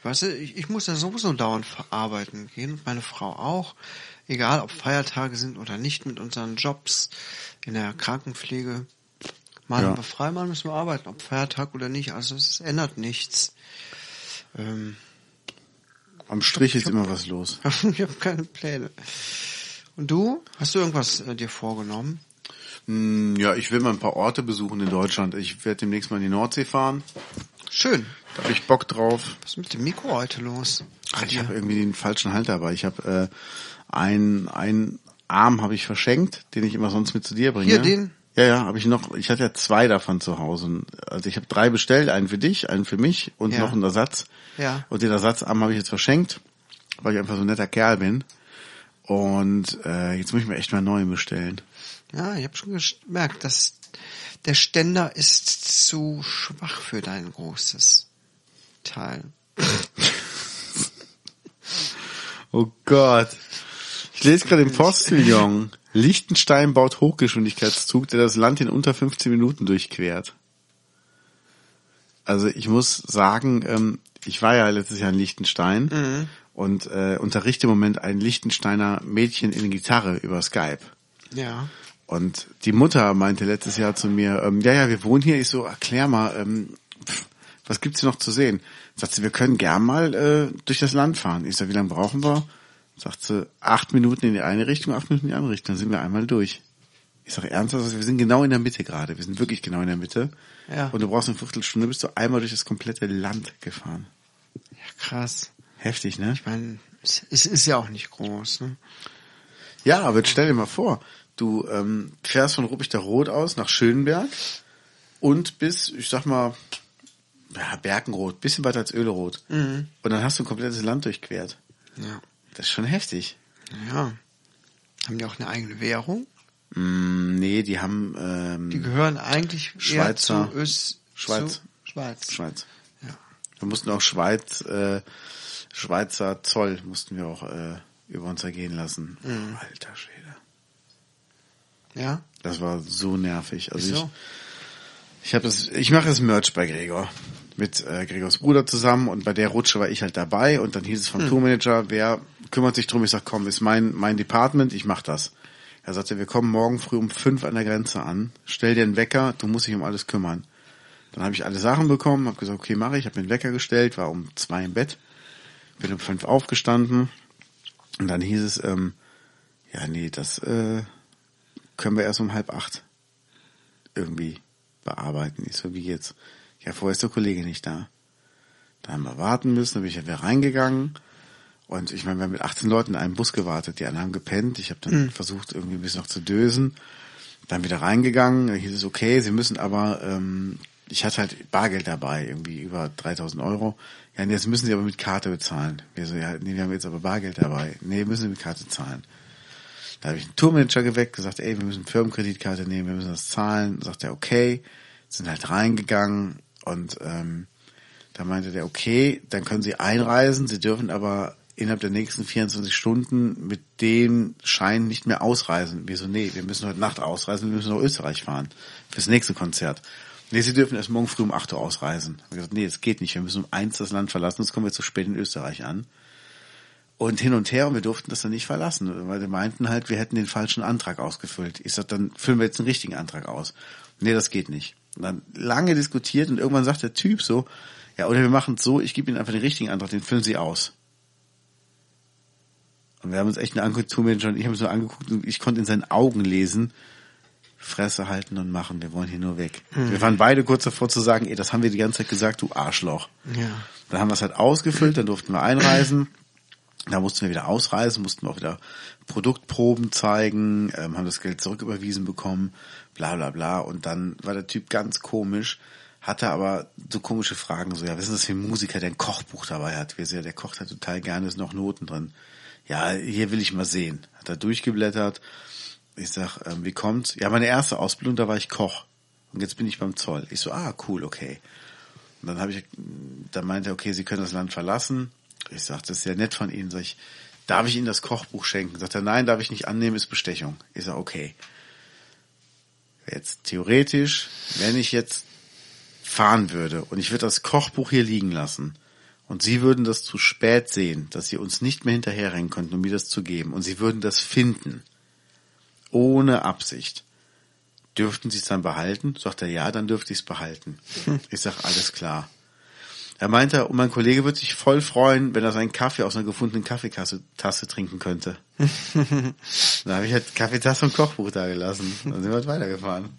A: Weißt du, ich, ich muss ja sowieso dauernd verarbeiten gehen, meine Frau auch. Egal, ob Feiertage sind oder nicht, mit unseren Jobs in der Krankenpflege. Mal
B: Ja.
A: haben wir frei, mal müssen wir arbeiten, ob Feiertag oder nicht. Also es ändert nichts. Ähm,
B: Am Strich ist immer was los.
A: ich habe keine Pläne. Und du? Hast du irgendwas äh, dir vorgenommen?
B: Hm, Ja, ich will mal ein paar Orte besuchen in Deutschland. Ich werde demnächst mal in die Nordsee fahren.
A: Schön.
B: Da habe ich Bock drauf.
A: Was ist mit dem Mikro heute los?
B: Ach, Ah, ich habe irgendwie den falschen Halter dabei. Ich habe äh, einen, einen Arm habe ich verschenkt, den ich immer sonst mit zu dir bringe.
A: Hier, den?
B: Ja, ja, habe ich noch. Ich hatte ja zwei davon zu Hause. Also ich habe drei bestellt, einen für dich, einen für mich und
A: Ja.
B: noch einen Ersatz.
A: Ja.
B: Und den Ersatzarm habe ich jetzt verschenkt, weil ich einfach so ein netter Kerl bin. Und äh, jetzt muss ich mir echt mal einen neuen bestellen.
A: Ja, ich habe schon gemerkt, dass der Ständer ist zu schwach für dein großes Teil.
B: Oh Gott. Ich lese gerade im Postillon. Liechtenstein baut Hochgeschwindigkeitszug, der das Land in unter 15 Minuten durchquert. Also ich muss sagen, ähm, ich war ja letztes Jahr in Liechtenstein und äh, unterrichte im Moment ein Liechtensteiner Mädchen in Gitarre über Skype.
A: Ja.
B: Und die Mutter meinte letztes Jahr zu mir, ähm, ja, ja, wir wohnen hier. Ich so, erklär mal, ähm, pff, was gibt's hier noch zu sehen? Sagt sie, wir können gern mal äh, durch das Land fahren. Ich so, wie lange brauchen wir? Sagt sie, acht Minuten in die eine Richtung, acht Minuten in die andere Richtung. Dann sind wir einmal durch. Ich sage, ernsthaft, Also wir sind genau in der Mitte gerade. Wir sind wirklich genau in der Mitte.
A: Ja.
B: Und du brauchst eine Viertelstunde, bist du einmal durch das komplette Land gefahren.
A: Ja, krass.
B: Heftig, ne?
A: Ich meine, es, es ist ja auch nicht groß, ne?
B: Ja, aber jetzt stell dir mal vor, du ähm, fährst von Ruppichter Rot aus nach Schönberg und bis, ich sag mal, ja, Berkenrot, bisschen weiter als Öleroth. Und dann hast du ein komplettes Land durchquert.
A: Ja.
B: Das ist schon heftig.
A: Ja. Haben die auch eine eigene Währung?
B: Mm, nee, die haben
A: Die
B: ähm,
A: gehören eigentlich eher
B: Schweizer.
A: zu Öst
B: Schweiz.
A: Zu Schweiz.
B: Schweiz.
A: Ja.
B: Wir mussten auch Schweiz, äh, Schweizer Zoll mussten wir auch äh, über uns ergehen lassen. Alter Schwede.
A: Ja.
B: Das war so nervig. Also
A: Wieso?
B: ich, ich habe das, ich mache das Merch bei Gregor mit äh, Gregors Bruder zusammen und bei der Rutsche war ich halt dabei und dann hieß es vom Tourmanager, wer kümmert sich drum? Ich sag, komm, ist mein mein Department, ich mach das. Er sagte, wir kommen morgen früh um fünf an der Grenze an, stell dir einen Wecker, du musst dich um alles kümmern. Dann habe ich alle Sachen bekommen, habe gesagt, okay, mache ich, habe mir einen Wecker gestellt, war um zwei im Bett, bin um fünf aufgestanden und dann hieß es, ähm, ja nee, das äh, können wir erst um halb acht irgendwie bearbeiten. Ich so, wie jetzt? Ja, vorher ist der Kollege nicht da. Da haben wir warten müssen, dann bin ich ja wieder reingegangen. Und ich meine, wir haben mit 18 Leuten in einem Bus gewartet. Die anderen haben gepennt. Ich habe dann versucht, irgendwie ein bisschen noch zu dösen. Dann wieder reingegangen. Da hieß es, okay, sie müssen aber, ähm, ich hatte halt Bargeld dabei, irgendwie über 3000 Euro. Ja, nee, jetzt müssen sie aber mit Karte bezahlen. Wir so, ja, nee, wir haben jetzt aber Bargeld dabei. Nee, müssen sie mit Karte zahlen. Da habe ich einen Tourmanager geweckt, gesagt, ey, wir müssen Firmenkreditkarte nehmen, wir müssen das zahlen. Sagt er, okay, sind halt reingegangen und ähm, da meinte der, okay, dann können Sie einreisen, Sie dürfen aber innerhalb der nächsten 24 Stunden mit dem Schein nicht mehr ausreisen. Wir so, nee, wir müssen heute Nacht ausreisen, wir müssen nach Österreich fahren fürs nächste Konzert. Nee, Sie dürfen erst morgen früh um 8 Uhr ausreisen. Hab Ich gesagt, nee, es geht nicht, wir müssen um eins das Land verlassen, sonst kommen wir zu spät in Österreich an und hin und her und wir durften das dann nicht verlassen, weil wir meinten halt, wir hätten den falschen Antrag ausgefüllt. Ich sag, dann füllen wir jetzt einen richtigen Antrag aus. Nee, das geht nicht. Und dann lange diskutiert und irgendwann sagt der Typ so, ja, oder wir machen es so, ich gebe Ihnen einfach den richtigen Antrag, den füllen Sie aus. Und wir haben uns echt einen angeguckt, Tourmanager und ich haben uns nur angeguckt und ich konnte in seinen Augen lesen, Fresse halten und machen, wir wollen hier nur weg. Wir waren beide kurz davor zu sagen, ey, das haben wir die ganze Zeit gesagt, du Arschloch.
A: Ja.
B: Dann haben wir es halt ausgefüllt, dann durften wir einreisen. Da mussten wir wieder ausreisen, mussten auch wieder Produktproben zeigen, ähm, haben das Geld zurücküberwiesen bekommen, bla bla bla. Und dann war der Typ ganz komisch, hatte aber so komische Fragen, so, ja, wissen Sie, das für ein Musiker, der ein Kochbuch dabei hat? Wir sehen, ja, der kocht halt total gerne, ist noch Noten drin. Ja, hier will ich mal sehen. Hat er durchgeblättert ich sag, ähm, wie kommt's? Ja, meine erste Ausbildung, da war ich Koch. Und jetzt bin ich beim Zoll. Ich so, ah, cool, okay. Und dann habe ich, dann meinte er, okay, Sie können das Land verlassen. Ich sag, das ist ja nett von Ihnen. Sag ich, darf ich Ihnen das Kochbuch schenken? Sagt er, nein, darf ich nicht annehmen, ist Bestechung. Ich sag, okay. Jetzt theoretisch, wenn ich jetzt fahren würde und ich würde das Kochbuch hier liegen lassen und Sie würden das zu spät sehen, dass Sie uns nicht mehr hinterherrennen könnten, um mir das zu geben und Sie würden das finden, ohne Absicht, dürften Sie es dann behalten? Sagt er, ja, dann dürfte ich es behalten. Ich sag, alles klar. Er meinte, und mein Kollege würde sich voll freuen, wenn er seinen Kaffee aus einer gefundenen Kaffeetasse Tasse trinken könnte. dann habe ich halt Kaffeetasse und Kochbuch da gelassen. Dann sind wir halt weitergefahren.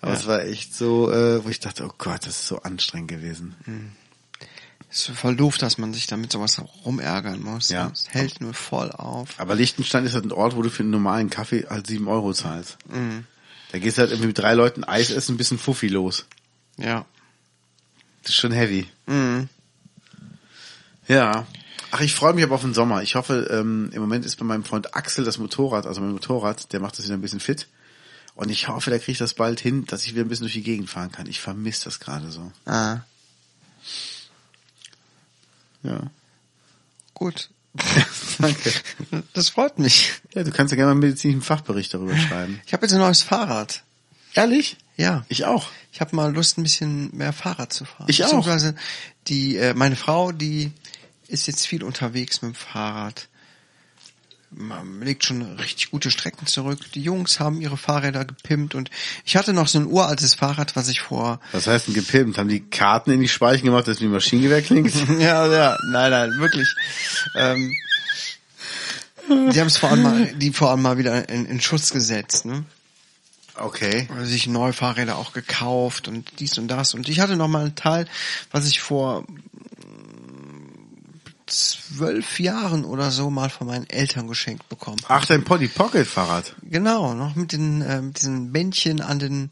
B: Aber es war echt so, äh, wo ich dachte, oh Gott, das ist so anstrengend gewesen.
A: Ist voll doof, dass man sich damit sowas rumärgern muss.
B: Ja.
A: Es hält nur voll auf.
B: Aber Liechtenstein ist halt ein Ort, wo du für einen normalen Kaffee halt sieben Euro zahlst. Da gehst du halt irgendwie mit drei Leuten Eis essen, ein bisschen Fuffi los.
A: Ja.
B: Das ist schon heavy. Mhm. Ja. Ach, ich freue mich aber auf den Sommer. Ich hoffe, ähm, im Moment ist bei meinem Freund Axel das Motorrad, also mein Motorrad, der macht das wieder ein bisschen fit. Und ich hoffe, der kriegt das bald hin, dass ich wieder ein bisschen durch die Gegend fahren kann. Ich vermisse das gerade so.
A: Ah,
B: Ja.
A: gut.
B: Danke.
A: Das freut mich.
B: Ja, du kannst ja gerne mal einen medizinischen Fachbericht darüber schreiben.
A: Ich habe jetzt ein neues Fahrrad.
B: Ehrlich?
A: Ja.
B: Ich auch.
A: Ich habe mal Lust, ein bisschen mehr Fahrrad zu fahren.
B: Ich auch.
A: Beziehungsweise die, äh, meine Frau, die ist jetzt viel unterwegs mit dem Fahrrad. Man legt schon richtig gute Strecken zurück. Die Jungs haben ihre Fahrräder gepimpt und ich hatte noch so ein uraltes Fahrrad, was ich vor
B: Was heißt denn gepimpt? Haben die Karten in die Speichen gemacht, dass wie ein Maschinengewehr klingt?
A: ja, ja, nein, nein, wirklich. Ähm, die haben es vor allem mal, die vor allem mal wieder in, in Schutz gesetzt, ne?
B: Okay.
A: Oder sich neue Fahrräder auch gekauft und dies und das. Und ich hatte noch mal einen Teil, was ich vor mm, zwölf Jahren oder so mal von meinen Eltern geschenkt bekommen. habe.
B: Ach, dein Polly Pocket Fahrrad.
A: Genau, noch mit den äh, mit diesen Bändchen an den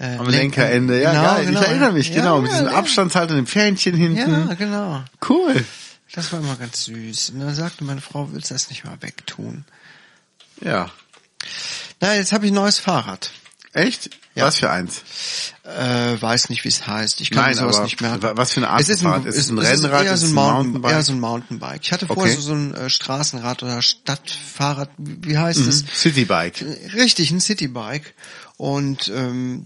A: äh,
B: Am Lenkerende. Ja,
A: Genau,
B: geil.
A: genau,
B: ich erinnere mich,
A: ja.
B: genau.
A: Ja,
B: mit diesem
A: ja.
B: Abstandshalter und dem Fähnchen hinten.
A: Ja, genau.
B: Cool.
A: Das war immer ganz süß. Und dann sagte meine Frau, willst du das nicht mal wegtun?
B: Ja.
A: Na, jetzt habe ich ein neues Fahrrad.
B: Echt? Was für eins?
A: Äh, weiß nicht, wie es heißt. Ich kann
B: Nein,
A: mir sowas
B: aber
A: nicht merken.
B: wa- was für eine Art
A: es ist
B: Fahrrad?
A: ein,
B: Ist
A: es
B: es
A: ist
B: ein
A: ein
B: Rennrad,
A: Eher
B: ist
A: so ein
B: es ein
A: Mountainbike.
B: Mountainbike?
A: Eher so ein Mountainbike. Ich hatte vorher
B: Okay.
A: so, so ein äh, Straßenrad oder Stadtfahrrad. Wie wie heißt es?
B: Hm? Citybike.
A: Richtig, ein Citybike. Und ähm,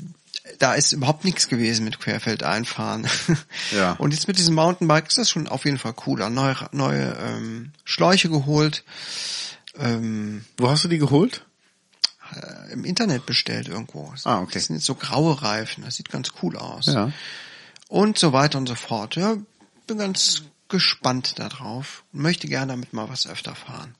A: da ist überhaupt nichts gewesen mit Querfeld einfahren.
B: Ja.
A: Und jetzt mit diesem Mountainbike ist das schon auf jeden Fall cooler. Neue, neue ähm, Schläuche geholt. Ähm,
B: Wo hast du die geholt?
A: äh, im Internet bestellt irgendwo.
B: Ah, okay.
A: Das sind jetzt so graue Reifen, das sieht ganz cool aus.
B: Ja.
A: Und so weiter und so fort. Ja, bin ganz gespannt darauf. Möchte gerne damit mal was öfter fahren.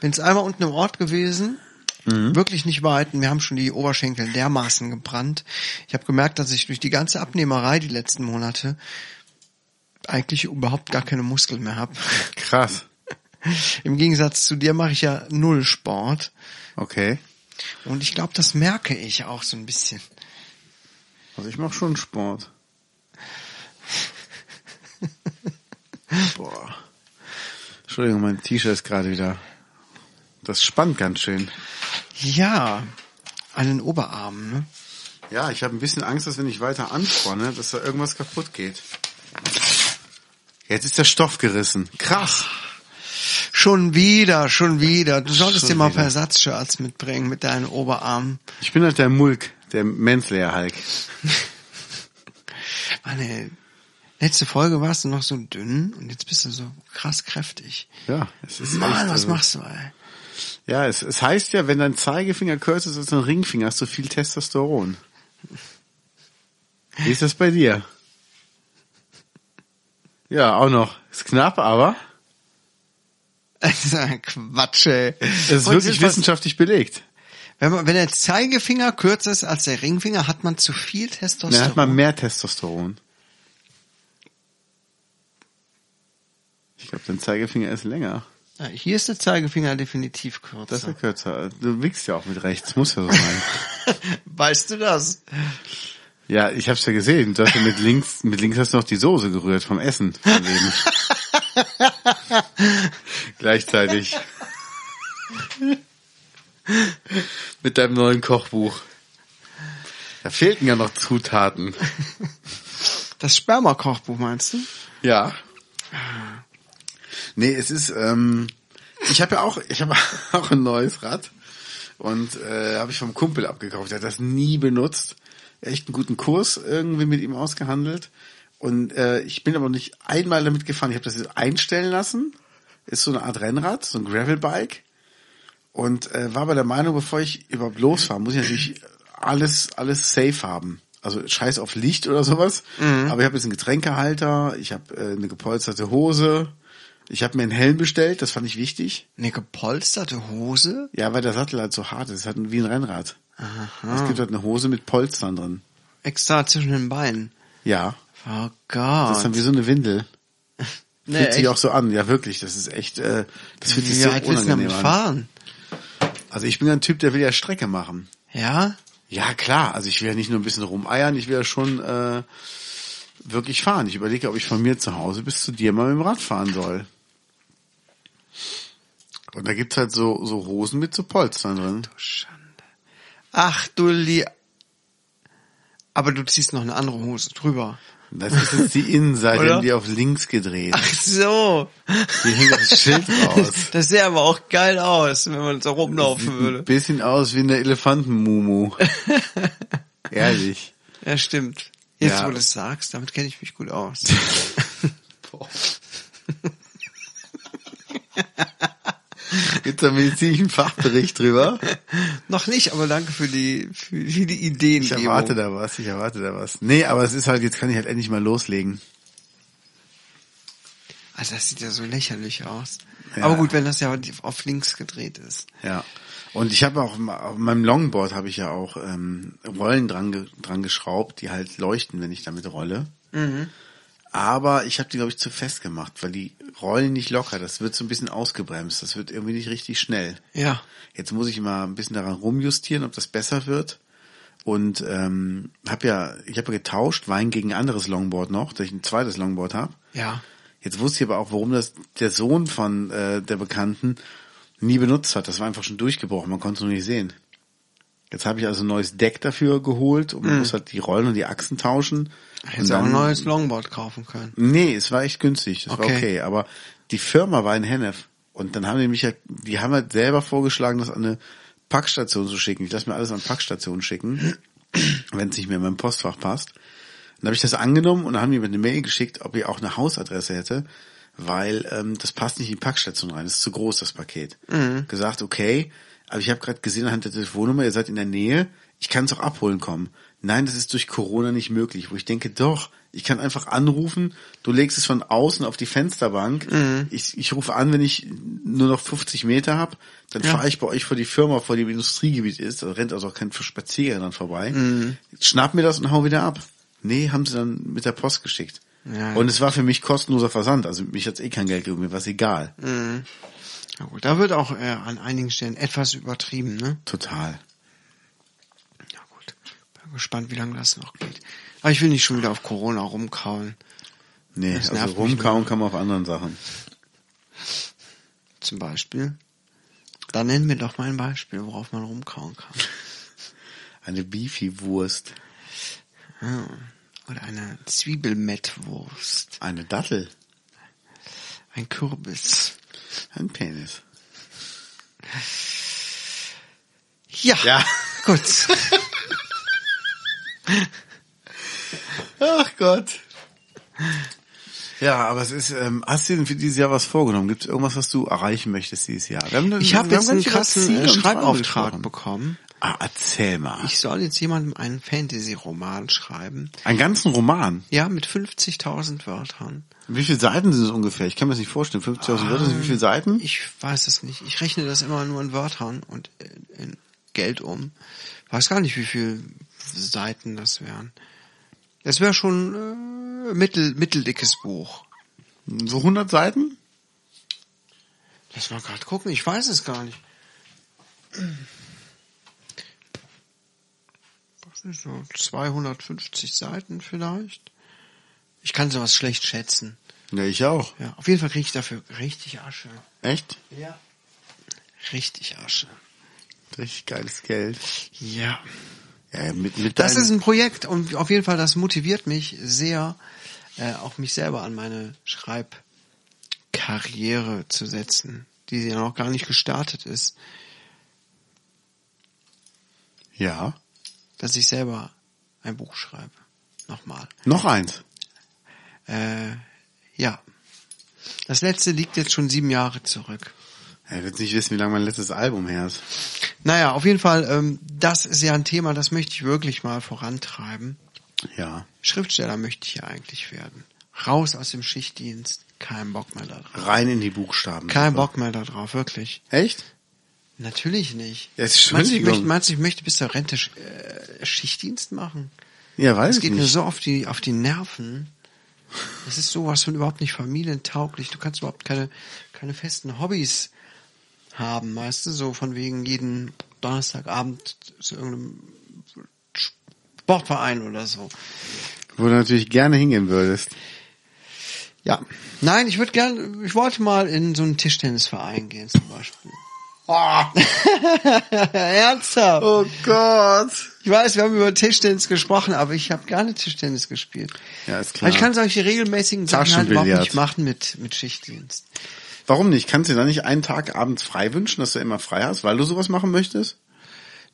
A: Bin jetzt einmal unten im Ort gewesen,
B: Mhm.
A: wirklich nicht weit. und Mir haben schon die Oberschenkel dermaßen gebrannt. Ich habe gemerkt, dass ich durch die ganze Abnehmerei die letzten Monate eigentlich überhaupt gar keine Muskeln mehr habe.
B: Krass.
A: Im Gegensatz zu dir mache ich ja null Sport.
B: Okay.
A: Und ich glaube, das merke ich auch so ein bisschen.
B: Also ich mache schon Sport. Boah. Entschuldigung, mein T-Shirt ist gerade wieder. Das spannt ganz schön.
A: Ja, an den Oberarmen, ne?
B: Ja, ich habe ein bisschen Angst, dass wenn ich weiter anfronne, dass da irgendwas kaputt geht. Jetzt ist der Stoff gerissen. Krass.
A: Schon wieder, schon wieder. Du solltest
B: Schon
A: dir mal ein
B: wieder.
A: paar Ersatzshirts mitbringen mit deinen Oberarmen.
B: Ich bin halt der Mulk, der Manslayer Hulk.
A: Meine letzte Folge warst du noch so dünn und jetzt bist du so krass kräftig.
B: Ja, es ist
A: Mann,
B: echt,
A: was
B: also-
A: machst du, ey?
B: Ja, es, es heißt ja, wenn dein Zeigefinger kürzer ist als dein Ringfinger, hast du viel Testosteron. Wie ist das bei dir? Ja, auch noch. Ist knapp, aber
A: Das ist ein Quatsch, ey. Und
B: es ist wirklich
A: jedenfalls,
B: wissenschaftlich belegt.
A: wenn, man, wenn der Zeigefinger kürzer ist als der Ringfinger, hat man zu viel Testosteron.
B: Dann hat man mehr Testosteron. Ich glaube, dein Zeigefinger ist länger.
A: Ja, Hier ist der Zeigefinger definitiv
B: Das ist ja
A: kürzer.
B: kürzer. Du wickst ja auch mit rechts, muss ja so sein.
A: Weißt du das?
B: ja, ich hab's ja gesehen. Du hast ja mit links, mit links hast du noch die Soße gerührt vom Essen. Vom Leben. Gleichzeitig. Mit deinem neuen Kochbuch. Da fehlten ja noch Zutaten.
A: Das Sperma-Kochbuch meinst du?
B: Ja. Nee, es ist, ähm, ich habe ja auch, ich habe auch ein neues Rad und äh, habe ich vom Kumpel abgekauft. Der hat das nie benutzt. Echt einen guten Kurs irgendwie mit ihm ausgehandelt. Und äh, ich bin aber nicht einmal damit gefahren. Ich habe das jetzt einstellen lassen. Ist so eine Art Rennrad, so ein Gravelbike. Und äh, war aber der Meinung, bevor ich überhaupt losfahre, muss ich natürlich alles, alles safe haben. Also scheiß auf Licht oder sowas.
A: Mhm.
B: Aber ich habe jetzt einen Getränkehalter, ich habe äh, eine gepolsterte Hose, ich habe mir einen Helm bestellt, das fand ich wichtig.
A: Eine gepolsterte Hose?
B: Ja, weil der Sattel halt so hart ist, hat ein- wie ein Rennrad. Es gibt halt eine Hose mit Polstern drin.
A: Extra zwischen den Beinen.
B: Ja,
A: Oh
B: das ist
A: Gott.
B: dann wie so eine Windel.
A: Nee,
B: fühlt sich
A: echt.
B: auch so an. Ja, wirklich, das ist echt, äh, das fühlt sich
A: Wie
B: so
A: weit willst du damit
B: unangenehm an.
A: fahren?
B: Also ich bin ja ein Typ, der will ja Strecke machen.
A: Ja?
B: Ja, klar. Also ich will ja nicht nur ein bisschen rumeiern, ich will ja schon äh, wirklich fahren. Ich überlege, ob ich von mir zu Hause bis zu dir mal mit dem Rad fahren soll. Und da gibt's halt so, so Hosen mit so Polstern drin.
A: Schande. Ach du Li... Aber du ziehst noch eine andere Hose drüber.
B: Das ist jetzt die Innenseite,
A: Oder?
B: haben die auf links gedreht.
A: Ach so.
B: Hier hängt das Schild raus.
A: Das sähe aber auch geil aus, wenn man so rumlaufen würde.
B: Ein bisschen aus wie eine Elefantenmumu. Ehrlich.
A: Ja, stimmt. Jetzt,
B: Ja.
A: wo du es sagst, damit kenne ich mich gut aus.
B: Gibt's da medizinischen Fachbericht drüber?
A: Noch nicht, aber danke für die, für, für die
B: Ich
A: Ideengebung.
B: erwarte da was, ich erwarte da was. Nee, aber es ist halt, jetzt kann ich halt endlich mal loslegen.
A: Also das sieht ja so lächerlich aus.
B: Ja.
A: Aber gut, wenn das ja auf links gedreht ist.
B: Ja. Und ich habe auch ma- auf meinem Longboard habe ich ja auch ähm, Rollen dran, ge dran geschraubt, die halt leuchten, wenn ich damit rolle. Aber ich habe die glaube ich zu fest gemacht, weil die rollen nicht locker. Das wird so ein bisschen ausgebremst. Das wird irgendwie nicht richtig schnell.
A: Ja.
B: Jetzt muss ich mal ein bisschen daran rumjustieren, ob das besser wird. Und ähm, habe ja, ich habe ja getauscht Wein gegen ein anderes Longboard noch, dass ich ein zweites Longboard habe.
A: Ja.
B: Jetzt wusste ich aber auch, warum das der Sohn von äh, der Bekannten nie benutzt hat. Das war einfach schon durchgebrochen, man konnte es nur nicht sehen. Jetzt habe ich also ein neues Deck dafür geholt und man muss halt die Rollen und die Achsen tauschen. Und
A: Hättest du Hm. auch ein neues Longboard kaufen können.
B: Nee, es war echt günstig, das war
A: Okay.
B: okay. Aber die Firma war in Hennef und dann haben die mich ja, die haben halt selber vorgeschlagen, das an eine Packstation zu schicken. Ich lasse mir alles an Packstationen schicken, wenn es nicht mehr in meinem Postfach passt. Dann habe ich das angenommen und dann haben die mir eine Mail geschickt, ob ich auch eine Hausadresse hätte, weil ähm, das passt nicht in die Packstation rein, das ist zu groß, das Paket. Gesagt, okay, aber ich habe gerade gesehen anhand der Telefonnummer, ihr seid in der Nähe, ich kann es auch abholen kommen. Nein, das ist durch Corona nicht möglich, wo ich denke, doch, ich kann einfach anrufen, du legst es von außen auf die Fensterbank, ich, ich rufe an, wenn ich nur noch 50 Meter habe, dann fahre ich bei euch vor die Firma, vor dem Industriegebiet ist, da rennt also auch kein Spaziergänger dran vorbei, schnapp mir das und hau wieder ab. Nee, haben sie dann mit der Post geschickt.
A: Ja.
B: Und es war für mich kostenloser Versand, also mich hat's eh kein Geld gegeben, mir war's egal.
A: Na gut, da wird auch äh, an einigen Stellen etwas übertrieben, ne?
B: Total.
A: Ja gut. Bin gespannt, wie lange das noch geht. Aber ich will nicht schon wieder auf Corona rumkauen.
B: Nee,
A: Das
B: also
A: nervt mich
B: rumkauen kann man auf anderen Sachen.
A: Zum Beispiel. Dann nennen wir doch mal ein Beispiel, worauf man rumkauen kann.
B: Eine Beefy-Wurst,
A: Ah. Oder eine Zwiebelmettwurst.
B: eine Dattel,
A: Ein Kürbis.
B: ein Penis.
A: Ja.
B: Ja.
A: Gut.
B: Ach Gott. Ja, aber es ist, ähm, hast du denn für dieses Jahr was vorgenommen? Gibt es irgendwas, was du erreichen möchtest dieses Jahr? Wir haben-
A: Ich
B: wir
A: habe
B: haben
A: jetzt
B: ganz
A: einen
B: über
A: krassen
B: Ziele
A: äh,
B: und
A: Schreibauftrag
B: Fragen gesprochen.
A: bekommen.
B: Ah, erzähl mal.
A: Ich soll jetzt jemandem einen Fantasy-Roman schreiben.
B: einen ganzen Roman.
A: Ja, mit 50.000 Wörtern.
B: Wie viele Seiten sind es ungefähr? Ich kann mir das nicht vorstellen. 50.000 Wörter sind wie viele Seiten?
A: Ich weiß es nicht. Ich rechne das immer nur in Wörtern und in- in Geld um. Weiß gar nicht, wie viel Seiten das wären. Es wäre schon äh, mittel, mitteldickes Buch.
B: So 100 Seiten?
A: Lass mal gerade gucken. Ich weiß es gar nicht. Was ist so 250 Seiten vielleicht? Ich kann sowas schlecht schätzen.
B: Ja, ich auch.
A: Ja, auf jeden Fall krieg ich dafür richtig Asche.
B: Echt?
A: Ja. Richtig Asche.
B: Richtig geiles Geld.
A: Ja.
B: Ja, mit, mit
A: Das
B: deinem-
A: ist ein Projekt und auf jeden Fall, das motiviert mich sehr, äh, auch mich selber an meine Schreibkarriere zu setzen, die ja noch gar nicht gestartet ist,
B: ja.
A: dass ich selber ein Buch schreibe. Nochmal.
B: Noch eins.
A: Äh, ja. Das letzte liegt jetzt schon sieben Jahre zurück.
B: Er wird nicht wissen, wie lange mein letztes Album her ist.
A: Naja, auf jeden Fall, ähm, das ist ja ein Thema, das möchte ich wirklich mal vorantreiben.
B: Ja.
A: Schriftsteller möchte ich ja eigentlich werden. Raus aus dem Schichtdienst. Kein Bock mehr da drauf.
B: Rein in die Buchstaben.
A: Kein Bock mehr da drauf, wirklich.
B: Echt?
A: Natürlich nicht.
B: Ja,
A: meinst, du, ich
B: Entschuldigung.
A: möchte, meinst du, ich möchte bis zur Rente Sch- äh, Schichtdienst machen?
B: Ja, weiß
A: Es
B: ich
A: geht mir
B: nicht.
A: so auf die, auf die Nerven. Das ist sowas von überhaupt nicht familientauglich. Du kannst überhaupt keine, keine festen Hobbys haben, weißt du? So von wegen jeden Donnerstagabend zu irgendeinem Sportverein oder so.
B: Wo du natürlich gerne hingehen würdest.
A: Ja. Nein, ich würde gerne, ich wollte mal in so einen Tischtennisverein gehen zum Beispiel.
B: Ah.
A: Ernsthaft?
B: Oh Gott.
A: Ich weiß, wir haben über Tischtennis gesprochen, aber ich habe gar nicht Tischtennis gespielt.
B: Ja, ist klar.
A: Aber ich kann solche regelmäßigen Sachen halt überhaupt
B: Taschenbillard.
A: nicht machen mit, mit Schichtdienst.
B: Warum nicht? Kannst du dir da nicht einen Tag abends frei wünschen, dass du immer frei hast, weil du sowas machen möchtest?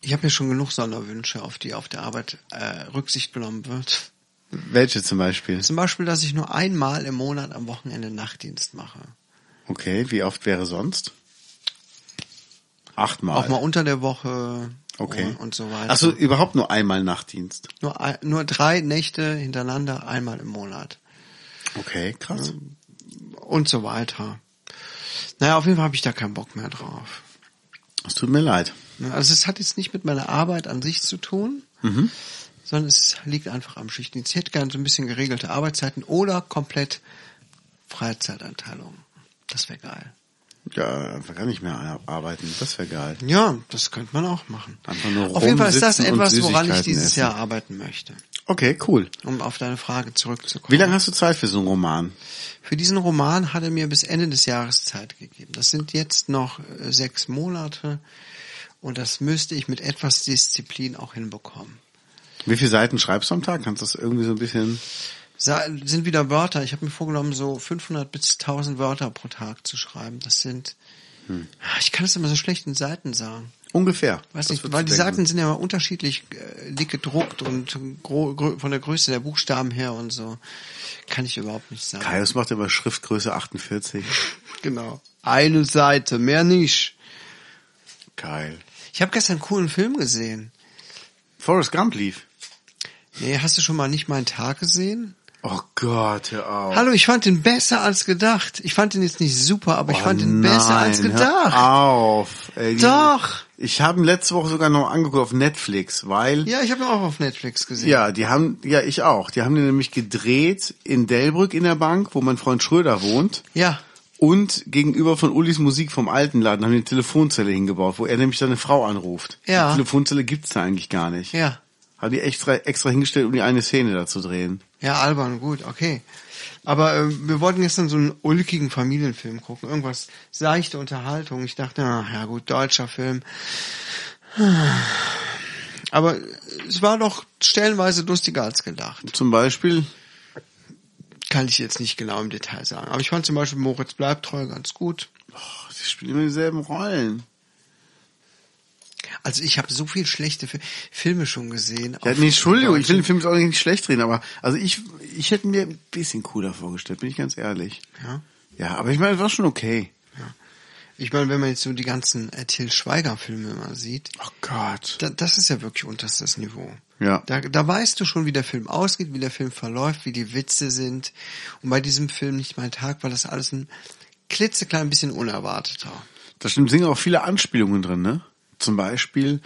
A: Ich habe ja schon genug Sonderwünsche, auf die auf der Arbeit äh, Rücksicht genommen wird.
B: Welche zum Beispiel?
A: Zum Beispiel, dass ich nur einmal im Monat am Wochenende Nachtdienst mache.
B: Okay, wie oft wäre sonst?
A: Auch mal
B: Achtmal.
A: unter der Woche
B: Äh. Okay.
A: und, und so weiter.
B: Achso, überhaupt nur einmal Nachtdienst.
A: Nur, ein- nur drei Nächte hintereinander, einmal im Monat.
B: Okay, krass.
A: Und so weiter. Naja, auf jeden Fall habe ich da keinen Bock mehr drauf.
B: Es tut mir leid.
A: Ne, Also es hat jetzt nicht mit meiner Arbeit an sich zu tun,
B: Mhm.
A: sondern es liegt einfach am Schichtdienst. Ich hätte gerne so ein bisschen geregelte Arbeitszeiten oder komplett Freizeitanteilung. Das wäre geil.
B: Ja, einfach gar nicht mehr ar- arbeiten. Das wäre geil.
A: Ja, das könnte man auch machen.
B: Einfach nur
A: Auf jeden Fall ist das
B: rumsitzen und
A: etwas, woran ich
B: Süßigkeiten
A: dieses
B: essen.
A: Jahr arbeiten möchte.
B: Okay, cool.
A: Um auf deine Frage zurückzukommen.
B: Wie lange hast du Zeit für so einen Roman?
A: Für diesen Roman hat er mir bis Ende des Jahres Zeit gegeben. Das sind jetzt noch äh, sechs Monate und das müsste ich mit etwas Disziplin auch hinbekommen.
B: Wie viele Seiten schreibst du am Tag? Kannst du das irgendwie so ein bisschen...
A: Sa sind wieder Wörter. Ich habe mir vorgenommen, so 500 bis 1000 Wörter pro Tag zu schreiben. Das sind, Ah, ich kann es immer so schlecht in Seiten sagen.
B: Ungefähr.
A: Weiß
B: Das
A: nicht,
B: würdest
A: weil
B: du
A: die
B: denken.
A: Seiten sind ja immer unterschiedlich äh, dick gedruckt und gro grö- von der Größe der Buchstaben her und so. Kann ich überhaupt nicht sagen.
B: Kaius macht immer Schriftgröße 48.
A: Genau. Eine Seite, mehr nicht.
B: Geil.
A: Ich habe gestern einen coolen Film gesehen.
B: Forrest Gump lief.
A: Nee, hast du schon mal nicht meinen Tag gesehen?
B: Oh Gott, hör auf.
A: Hallo, ich fand den besser als gedacht. Ich fand den jetzt nicht super, aber ich
B: Oh
A: fand den
B: nein,
A: besser als
B: hör
A: gedacht.
B: Auf. Ey, die-
A: Doch.
B: Ich habe ihn letzte Woche sogar noch angeguckt auf Netflix, weil ja.
A: Ja, ich habe ihn auch auf Netflix gesehen.
B: die haben ja ich auch. Die haben den nämlich gedreht in Delbrück in der Bank, wo mein Freund Schröder wohnt.
A: Ja.
B: Und gegenüber von Ulis Musik vom alten Laden haben die eine Telefonzelle hingebaut, wo er nämlich seine Frau anruft.
A: Ja.
B: Die Telefonzelle gibt's da eigentlich gar nicht.
A: Ja.
B: Haben die extra, extra hingestellt, um die eine Szene da zu drehen.
A: Ja, albern, gut, okay. Aber äh, wir wollten gestern so einen ulkigen Familienfilm gucken. Irgendwas seichte Unterhaltung. Ich dachte, na ja gut, deutscher Film. Aber es war doch stellenweise lustiger als gedacht.
B: Zum Beispiel
A: Kann ich jetzt nicht genau im Detail sagen. Aber ich fand zum Beispiel Moritz bleibt treu ganz gut.
B: Oh, die spielen immer dieselben Rollen.
A: Also ich habe so viel schlechte Fi- Filme schon gesehen.
B: Ja,
A: Auf-
B: nee, Entschuldigung, ich will den Film jetzt auch nicht schlecht reden, aber also ich, ich hätte mir ein bisschen cooler vorgestellt, bin ich ganz ehrlich.
A: Ja.
B: Ja, aber ich meine, es war schon okay.
A: Ja. Ich meine, wenn man jetzt so die ganzen äh, Till Schweiger-Filme mal sieht,
B: Oh Gott.
A: da, das ist ja wirklich unterstes Niveau.
B: Ja.
A: Da, da weißt du schon, wie der Film ausgeht, wie der Film verläuft, wie die Witze sind. Und bei diesem Film nicht mein Tag, weil das alles ein klitzeklein bisschen unerwarteter.
B: Da stimmt, sind auch viele Anspielungen drin, ne? Zum Beispiel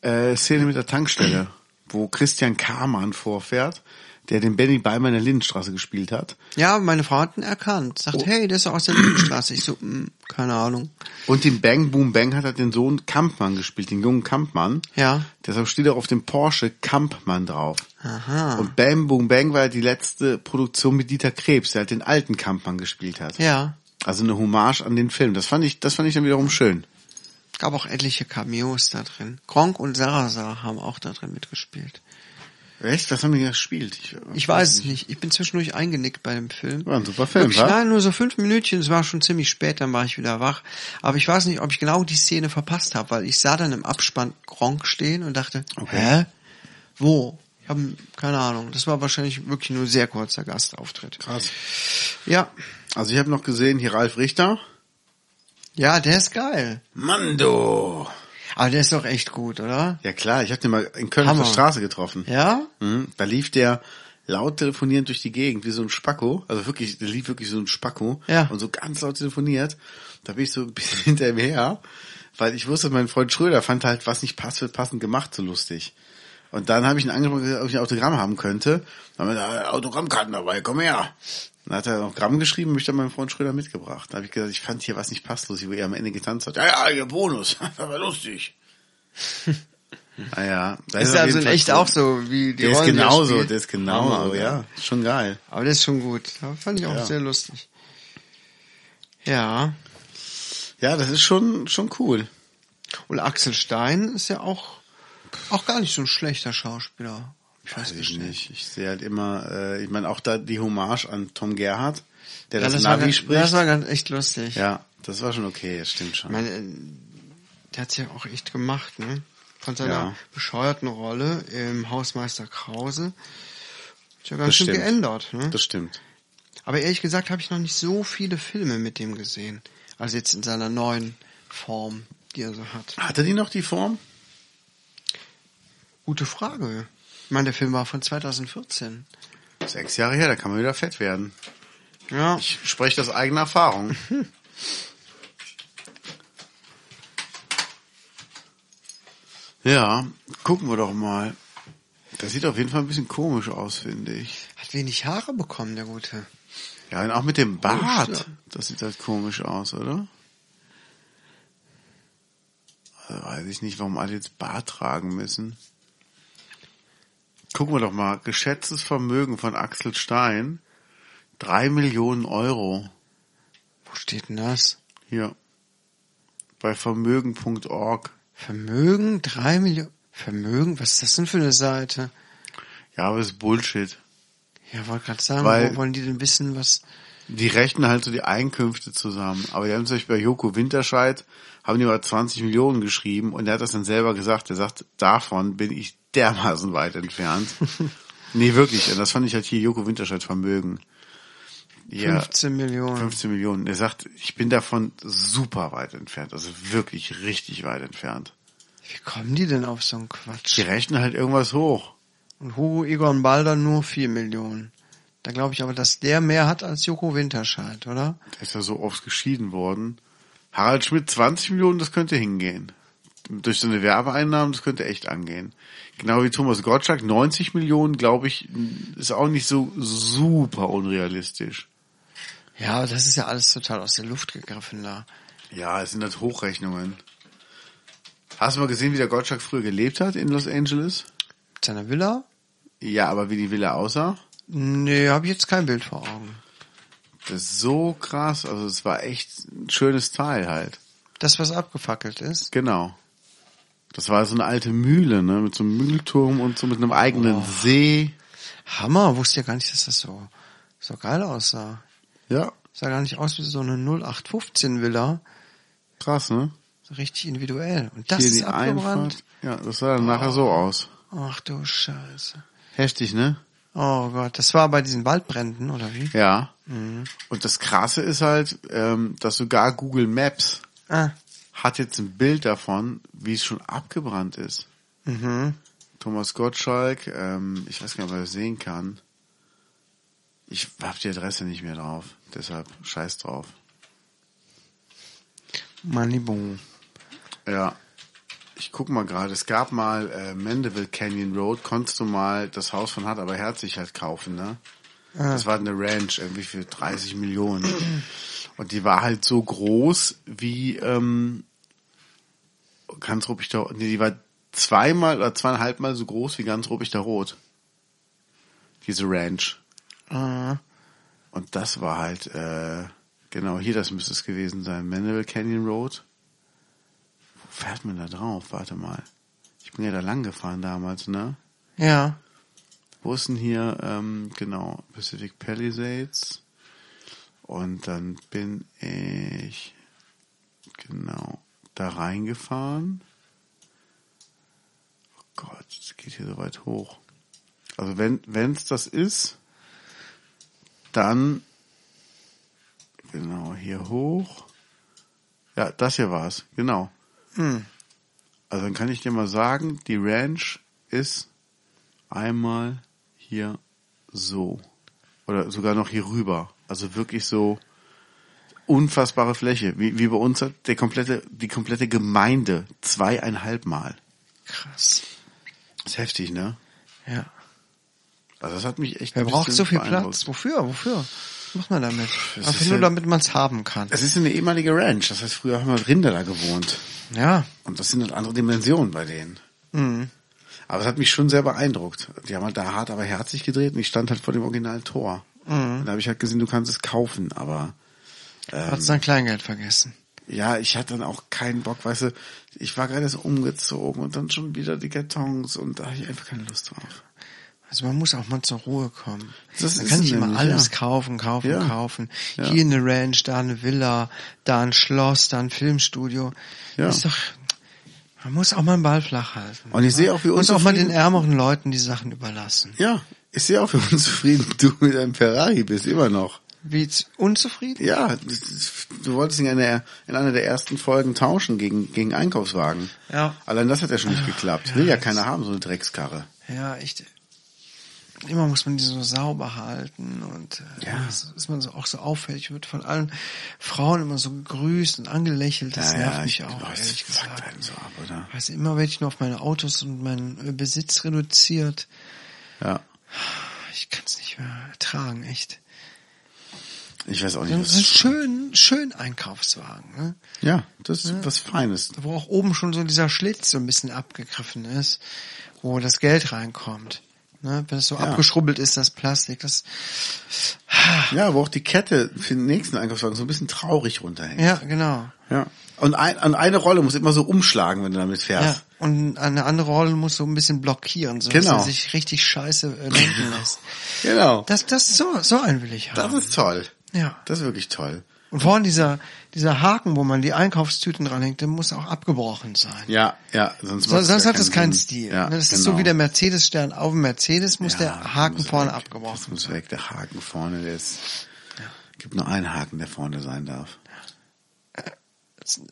B: äh, Szene mit der Tankstelle, wo Christian Kamann vorfährt, der den Benny Beimer in der Lindenstraße gespielt hat.
A: Ja, meine Frau hat ihn erkannt. Sagt,
B: Oh.
A: hey, der ist doch aus der Lindenstraße. Ich so, "Hm, keine Ahnung.
B: Und den Bang Boom Bang hat er den Sohn Kampmann gespielt, den jungen Kampmann.
A: Ja.
B: Deshalb steht auch auf dem Porsche Kampmann drauf.
A: Aha.
B: Und Bam Boom Bang war ja die letzte Produktion mit Dieter Krebs, der halt den alten Kampmann gespielt hat.
A: Ja.
B: Also eine Hommage an den Film. Das fand ich, das fand ich dann wiederum schön.
A: Gab auch etliche Cameos da drin. Gronk und Sarasa haben auch da drin mitgespielt.
B: Echt? Was haben die gespielt?
A: Ich weiß es nicht. Ich bin zwischendurch eingenickt bei dem Film.
B: War ein super Film,
A: Wirklich,
B: wa?
A: Nein, nur so fünf Minütchen. Es war schon ziemlich spät, dann war ich wieder wach. Aber ich weiß nicht, ob ich genau die Szene verpasst habe, weil ich sah dann im Abspann Gronk stehen und dachte,
B: Okay.
A: hä? Wo? Ich habe keine Ahnung. Das war wahrscheinlich wirklich nur ein sehr kurzer Gastauftritt.
B: Krass.
A: Ja,
B: Also ich habe noch gesehen, hier Ralf Richter.
A: ja, der ist geil.
B: Mando!
A: Aber der ist doch echt gut, oder?
B: Ja klar, ich habe den mal in Köln auf
A: Hammer.
B: der Straße getroffen.
A: Ja?
B: Mhm, Da lief der laut telefonierend durch die Gegend, wie so ein Spacko. Also wirklich, der lief wirklich so ein Spacko.
A: Ja.
B: Und so ganz laut telefoniert. Da bin ich so ein bisschen hinter ihm her, weil ich wusste, mein Freund Schröder fand halt, was nicht passt, wird passend gemacht, so lustig. Und dann habe ich ihn angesprochen, ob ich ein Autogramm haben könnte. Dann haben wir gesagt, "Ah, Autogrammkarten dabei, komm her. Dann hat er noch Gramm geschrieben, mich dann meinem Freund Schröder mitgebracht. Da habe ich gesagt, ich fand hier was nicht passt, lustig, wo er am Ende getanzt hat. Ja, ja, ihr Bonus, das war lustig. naja, da
A: Ist
B: er auf
A: also
B: jeden
A: in
B: Fall
A: echt
B: cool.
A: auch so wie die
B: Der ist
A: Rollen, die er
B: genauso,
A: spielt.
B: der ist genauso,
A: Hammer,
B: ja. Schon geil.
A: Aber das ist schon gut. Das fand ich auch
B: Ja.
A: sehr lustig. Ja.
B: Ja, das ist schon, schon cool.
A: Und Axel Stein ist ja auch, auch gar nicht so ein schlechter Schauspieler. Ich weiß
B: Weiß
A: nicht.
B: ich nicht. Ich sehe halt immer, äh, ich meine, auch da die Hommage an Tom Gerhardt, der das,
A: war,
B: Navi
A: ganz-
B: spricht.
A: das war ganz echt lustig.
B: ja, das war schon okay, das stimmt
A: Ich
B: schon.
A: meine, äh, der hat's ja auch echt gemacht, ne? Von seiner
B: Ja.
A: bescheuerten Rolle im Hausmeister Krause. Ist ja ganz
B: Das
A: schön
B: stimmt.
A: geändert, ne?
B: Das stimmt.
A: Aber ehrlich gesagt habe ich noch nicht so viele Filme mit dem gesehen. Also jetzt in seiner neuen Form, die er so hat.
B: Hatte die noch die Form?
A: Gute Frage. Ich meine, der Film war von 2014.
B: Sechs Jahre her, da kann man wieder fett werden.
A: Ja.
B: Ich spreche das eigene Erfahrung. ja, gucken wir doch mal. Das sieht auf jeden Fall ein bisschen komisch aus, finde ich.
A: Hat wenig Haare bekommen, der Gute.
B: Ja, und auch mit dem
A: ja.
B: Bart. Das sieht halt komisch aus, oder? Also weiß ich nicht, warum alle jetzt Bart tragen müssen. Gucken wir doch mal. Geschätztes Vermögen von Axel Stein. Drei Millionen Euro.
A: Wo steht denn das?
B: Hier. Bei vermögen.org.
A: Vermögen, drei Millionen. Vermögen? Was ist das denn für eine Seite?
B: Ja, aber das ist Bullshit.
A: Ja, wollte gerade sagen,
B: Weil-
A: wo wollen die denn wissen, was.
B: Die rechnen halt so die Einkünfte zusammen. Aber die haben zum Beispiel bei Joko Winterscheid, haben die mal 20 Millionen geschrieben und der hat das dann selber gesagt. Der sagt, davon bin ich dermaßen weit entfernt. nee, wirklich. Und das fand ich halt hier Joko Winterscheid Vermögen. Ja,
A: 15 Millionen.
B: 15 Millionen. Er sagt, ich bin davon super weit entfernt. Also wirklich richtig weit entfernt.
A: Wie kommen die denn auf so einen Quatsch?
B: Die rechnen halt irgendwas hoch.
A: Und Hugo Egon Balder nur 4 Millionen. Da glaube ich aber, dass der mehr hat als Joko Winterscheid, oder?
B: Der ist ja so oft geschieden worden. Harald Schmidt 20 Millionen, das könnte hingehen. Durch seine Werbeeinnahmen, das könnte echt angehen. Genau wie Thomas Gottschalk, 90 Millionen, glaube ich, ist auch nicht so super unrealistisch.
A: Ja, aber das ist ja alles total aus der Luft gegriffen da.
B: Ja, es sind halt Hochrechnungen. Hast du mal gesehen, wie der Gottschalk früher gelebt hat in Los Angeles?
A: Mit seiner Villa?
B: Ja, aber wie die Villa aussah?
A: Nee, habe ich jetzt kein Bild vor Augen.
B: Das ist so krass, also es war echt ein schönes Teil halt.
A: Das, was abgefackelt ist.
B: Genau. Das war so eine alte Mühle, ne? Mit so einem Mühlturm und so mit einem eigenen See.
A: Hammer, wusste ja gar nicht, dass das so, so geil aussah.
B: Ja,
A: Sah gar nicht aus wie so eine 0815 Villa.
B: krass, ne?
A: So richtig individuell. Und das
B: Hier
A: ist
B: die
A: abgebrannt.
B: Einfahrt. Ja, das sah dann nachher so aus.
A: Ach du Scheiße.
B: Heftig, ne?
A: Oh Gott, das war bei diesen Waldbränden, oder wie?
B: Ja.
A: Mhm.
B: Und das Krasse ist halt, ähm, dass sogar Google Maps
A: Ah,
B: hat jetzt ein Bild davon, wie es schon abgebrannt ist.
A: mhm.
B: Thomas Gottschalk, ähm, ich weiß gar nicht, ob er das sehen kann. Ich hab die Adresse nicht mehr drauf, deshalb scheiß drauf.
A: Malibu.
B: Ja. Ich guck mal gerade, es gab mal äh, Mandeville Canyon Road, konntest du mal das Haus von Hart aber herzlich halt kaufen, ne? Das war eine Ranch, irgendwie für 30 Millionen. Und die war halt so groß wie ähm, ganz Rupichter, nee, die war zweimal oder zweieinhalb Mal so groß wie ganz Rupichter Rot. Diese Ranch.
A: Ah,
B: Und das war halt, äh, genau hier, das müsste es gewesen sein. Manuel Canyon Road. Wo fährt man da drauf? Warte mal. Ich bin ja da lang gefahren damals, ne?
A: Ja.
B: Wo ist denn hier, ähm, genau, Pacific Palisades? Und dann bin ich, genau, da reingefahren. Oh Gott, es geht hier so weit hoch. Also wenn wenn's das ist, dann genau hier hoch. Ja, das hier war's. Genau. Also dann kann ich dir mal sagen, die Ranch ist einmal hier so oder sogar noch hier rüber. Also wirklich so unfassbare Fläche, wie, wie bei uns hat der komplette die komplette Gemeinde zweieinhalb Mal.
A: Krass.
B: Ist heftig, ne?
A: Ja.
B: Also das hat mich echt.
A: Wer
B: ein
A: braucht
B: bisschen
A: so viel
B: beeindruckt.
A: Platz? Wofür? Wofür? Was macht man damit?
B: das
A: Einfach
B: ist halt
A: nur,
B: ja-
A: damit man es haben kann.
B: Es ist eine ehemalige Ranch. Das heißt, früher haben wir Rinder da gewohnt.
A: Ja.
B: Und das sind halt andere Dimensionen bei denen.
A: Mhm.
B: Aber es hat mich schon sehr beeindruckt. Die haben halt da hart, aber herzlich gedreht und ich stand halt vor dem originalen Tor.
A: Mhm.
B: Und da habe ich halt gesehen, du kannst es kaufen, aber Ähm.
A: Hat sein Kleingeld vergessen.
B: ja, ich hatte dann auch keinen Bock, weißt du, ich war gerade so umgezogen und dann schon wieder die Kartons und da habe ich einfach keine Lust drauf.
A: Also man muss auch mal zur Ruhe kommen.
B: Das
A: man
B: ist
A: kann nicht
B: es
A: immer
B: nämlich,
A: alles
B: ja.
A: kaufen, kaufen,
B: Ja.
A: kaufen.
B: Ja.
A: Hier eine Ranch, da eine Villa, da ein Schloss, da ein Filmstudio.
B: Ja.
A: Ist doch, man muss auch mal den Ball flach halten.
B: Und ich sehe auch, wie
A: Und auch mal
B: unzufrieden-
A: den ärmeren Leuten die Sachen überlassen.
B: Ja, ich sehe auch, wie unzufrieden du mit deinem Ferrari bist, immer noch.
A: Wie z- unzufrieden?
B: Ja, das ist- du wolltest ihn in, der, in einer der ersten Folgen tauschen gegen, gegen Einkaufswagen.
A: Ja.
B: Allein das hat ja schon nicht geklappt. Will ja keiner haben, so eine Dreckskarre.
A: Ja, ich. Immer muss man die so sauber halten und äh,
B: Ja.
A: das ist man so auch so auffällig, wird von allen Frauen immer so gegrüßt und angelächelt. Das nervt mich auch,
B: oh, das
A: ehrlich
B: fuckt
A: gesagt.
B: einen so ab, oder?
A: Weißt du, immer werde ich nur auf meine Autos und meinen äh, Besitz reduziert.
B: Ja.
A: Ich kann es nicht mehr ertragen, echt.
B: Ich weiß auch nicht,
A: Das ist ein
B: was.
A: schön, schön Einkaufswagen, ne?
B: Ja, das ist was Feines.
A: wo auch oben schon so dieser Schlitz so ein bisschen abgegriffen ist, wo das Geld reinkommt. Ne? Wenn es so abgeschrubbelt ist, das Plastik, das
B: Ja, wo auch die Kette für den nächsten Einkaufswagen so ein bisschen traurig runterhängt.
A: ja genau.
B: Ja. Und, ein, und eine Rolle muss immer so umschlagen, wenn du damit
A: Ja,
B: fährst.
A: und eine andere Rolle muss so ein bisschen blockieren, so
B: Genau.
A: dass er sich richtig scheiße äh, lenken lässt.
B: Genau. Das,
A: Das, das so, so einen will ich haben.
B: ist toll.
A: Ja.
B: Das ist wirklich toll.
A: Und vorne dieser, dieser Haken, wo man die Einkaufstüten dranhängt, der muss auch abgebrochen sein.
B: Ja, ja, sonst,
A: So,
B: macht's
A: sonst
B: gar
A: hat das
B: keinen
A: keinen
B: Sinn.
A: Stil.
B: Ja,
A: ne? Das ist
B: genau.
A: so wie der Mercedes-Stern auf dem Mercedes, muss
B: Ja,
A: der Haken
B: muss
A: vorne
B: weg. Das
A: abgebrochen
B: muss weg, der Haken vorne, der ist. Gibt nur einen Haken, der vorne sein darf.
A: sein.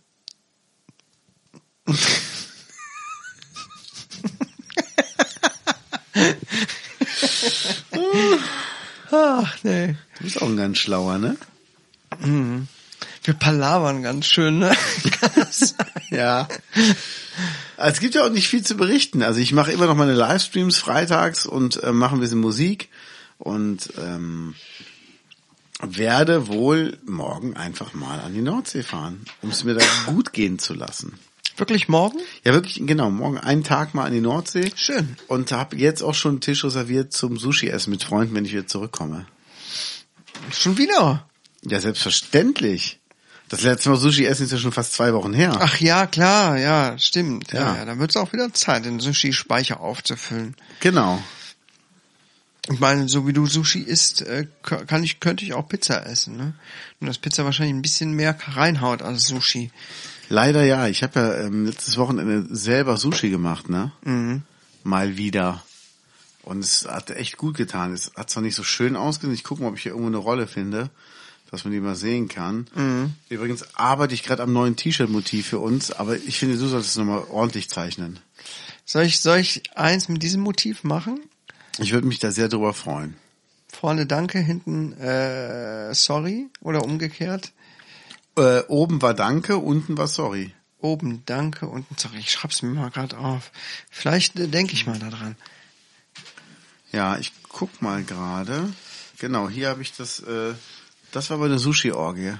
A: Ach nee.
B: Du bist auch ein ganz schlauer, ne?
A: Wir palabern ganz schön, ne? Kann das sein?
B: Ja. Also Es gibt ja auch nicht viel zu berichten. Also ich mache immer noch meine Livestreams freitags und äh, mache ein bisschen Musik und ähm, werde wohl morgen einfach mal an die Nordsee fahren, um es mir da gut gehen zu lassen.
A: Wirklich morgen?
B: Ja, wirklich, genau, morgen einen Tag mal an die Nordsee.
A: Schön.
B: Und habe jetzt auch schon einen Tisch reserviert zum Sushi-Essen mit Freunden, wenn ich wieder zurückkomme.
A: Schon wieder?
B: Ja, selbstverständlich. Das letzte Mal Sushi essen ist ja schon fast zwei Wochen her.
A: Ach ja, klar, ja, stimmt. Ja, ja.
B: Ja.
A: dann wird es auch wieder Zeit, den Sushi-Speicher aufzufüllen.
B: Genau.
A: Ich meine, so wie du Sushi isst, äh, k- kann ich, könnte ich auch Pizza essen, ne? Nur dass Pizza wahrscheinlich ein bisschen mehr reinhaut als Sushi.
B: Leider ja. Ich habe ja ähm, letztes Wochenende selber Sushi gemacht, ne? Mal wieder. Und es hat echt gut getan. Es hat zwar nicht so schön ausgesehen. Ich gucke mal, ob ich hier irgendwo eine Rolle finde, dass man die mal sehen kann. Übrigens arbeite ich gerade am neuen T-Shirt-Motiv für uns, aber ich finde, du solltest es nochmal ordentlich zeichnen.
A: Soll ich, soll ich eins mit diesem Motiv machen?
B: Ich würde mich da sehr drüber freuen.
A: Vorne danke, hinten äh, sorry oder umgekehrt.
B: Äh, oben war Danke, unten war Sorry.
A: Oben danke, unten sorry. Ich schreib's mir mal gerade auf. Vielleicht äh, denke ich mal daran.
B: Ja, ich guck mal gerade. Genau, hier habe ich das. Äh, das war aber eine Sushi-Orgie.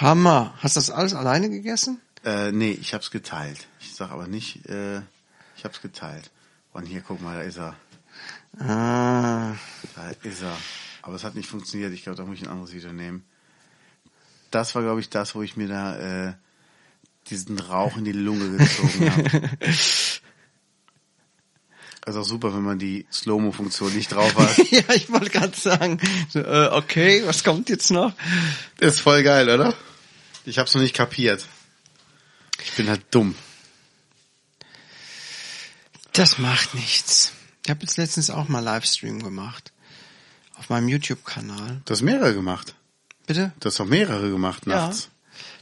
A: Hammer. Hast du das alles alleine gegessen?
B: Äh, nee, ich hab's geteilt. Ich sag aber nicht, äh, ich hab's geteilt. Und hier, guck mal, da ist er.
A: Ah.
B: Da ist er. Aber es hat nicht funktioniert. Ich glaube, da muss ich ein anderes Video nehmen. Das war, glaube ich, das, wo ich mir da äh, diesen Rauch in die Lunge gezogen habe. Also auch super, wenn man die Slow-Mo-Funktion nicht drauf hat.
A: ja, ich wollte gerade sagen, so, äh, okay, was kommt jetzt noch?
B: Ist voll geil, oder? Ich hab's noch nicht kapiert. Ich bin halt dumm.
A: Das macht nichts. Ich habe jetzt letztens auch mal Livestream gemacht. Auf meinem YouTube-Kanal.
B: Du hast mehrere gemacht.
A: Bitte?
B: Du hast auch mehrere gemacht nachts.
A: Ja.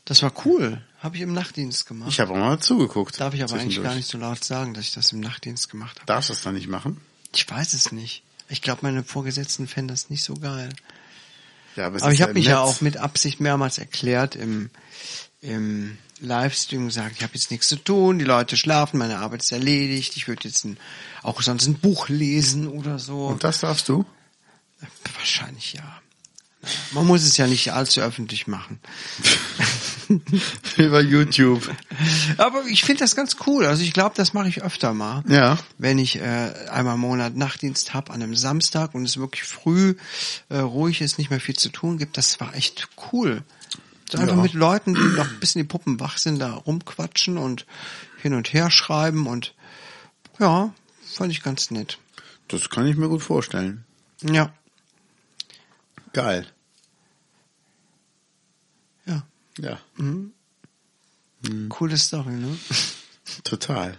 A: Das war cool. Habe ich im Nachtdienst gemacht.
B: Ich habe auch mal zugeguckt.
A: Darf ich aber eigentlich gar
B: zwischendurch.
A: nicht so laut sagen, dass ich das im Nachtdienst gemacht habe.
B: Darfst du das dann nicht machen?
A: Ich weiß es nicht. Ich glaube, meine Vorgesetzten fänden das nicht so geil.
B: Ja, es
A: Aber
B: ist
A: ich habe
B: im
A: mich ja
B: Netz.
A: auch mit Absicht mehrmals erklärt im, im Livestream gesagt, ich habe jetzt nichts zu tun, die Leute schlafen, meine Arbeit ist erledigt, ich würde jetzt ein, auch sonst ein Buch lesen oder so.
B: Und das darfst du?
A: Wahrscheinlich ja. Man muss es ja nicht allzu öffentlich machen.
B: Über YouTube.
A: Aber ich finde das ganz cool. Also ich glaube, das mache ich öfter mal.
B: Ja.
A: Wenn ich äh, einmal im Monat Nachtdienst habe an einem Samstag und es wirklich früh äh, ruhig ist, nicht mehr viel zu tun gibt, das war echt cool. So einfach
B: Ja.
A: mit Leuten, die noch ein bisschen die Puppen wach sind, da rumquatschen und hin und her schreiben und ja, fand ich ganz nett.
B: Das kann ich mir gut vorstellen.
A: Ja,
B: Geil.
A: ja.
B: Ja, Mhm.
A: Coole Story, ne?
B: total.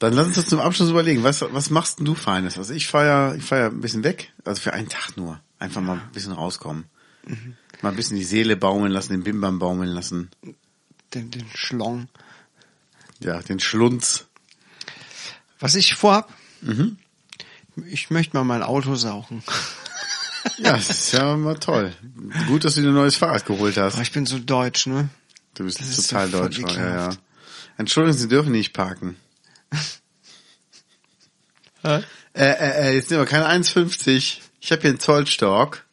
B: Dann lass uns das zum Abschluss überlegen. Was, was machst denn du Feines? Also ich feier, ich feier ein bisschen weg. Also für einen Tag nur. Einfach mal ein bisschen rauskommen.
A: Mhm.
B: Mal ein bisschen die Seele baumeln lassen, den Bimbam baumeln lassen.
A: Den, den Schlong.
B: Ja, den Schlunz.
A: Was ich vorhab,
B: Mhm.
A: ich möchte mal mein Auto saugen.
B: Ja, das ist ja mal toll. Gut, dass du dir ein neues Fahrrad geholt
A: Aber
B: hast.
A: ich bin so deutsch, ne?
B: Du bist
A: Das ist
B: total
A: so voll
B: deutsch. Ja, ja.
A: ekelhaft.
B: Entschuldigung, Sie dürfen nicht parken. Äh, äh, äh, jetzt nehmen wir keine 1,50. Ich habe hier einen Zollstock.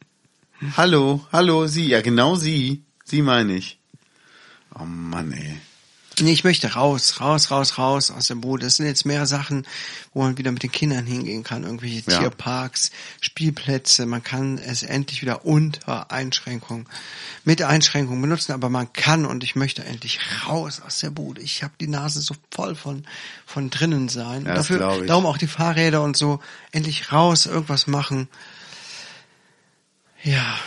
B: Hallo, hallo, Sie. Ja, genau Sie. Sie meine ich. Oh Mann, ey.
A: Nee, ich möchte raus, raus, raus, raus aus dem Boot. Das sind jetzt mehr Sachen, wo man wieder mit den Kindern hingehen kann. Irgendwelche
B: Ja.
A: Tierparks, Spielplätze. Man kann es endlich wieder unter Einschränkung, mit Einschränkung benutzen, aber man kann und ich möchte endlich raus aus der Bude. Ich habe die Nase so voll von, von drinnen sein.
B: Ja, das glaub
A: Dafür,
B: ich.
A: darum auch die Fahrräder und so. Endlich raus, irgendwas machen. Ja.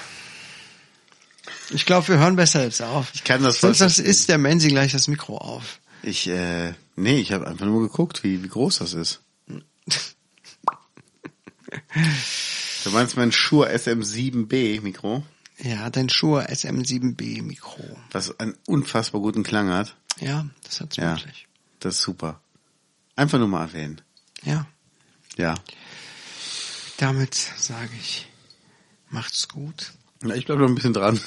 A: Ich glaube, wir hören besser jetzt auf. Ich
B: kann das voll
A: Sonst das
B: verstehen.
A: ist der Menzi gleich das Mikro auf.
B: Ich, äh, nee, ich habe einfach nur geguckt, wie, wie groß das ist. Du meinst mein Shure SM7B Mikro,
A: Ja, dein Shure SM7B Mikro.
B: was einen unfassbar guten Klang hat?
A: Ja, das hat's
B: Ja,
A: wirklich.
B: das ist super. Einfach nur mal erwähnen.
A: Ja,
B: Ja.
A: damit sage ich, macht's gut.
B: Na, ich bleibe noch ein bisschen dran.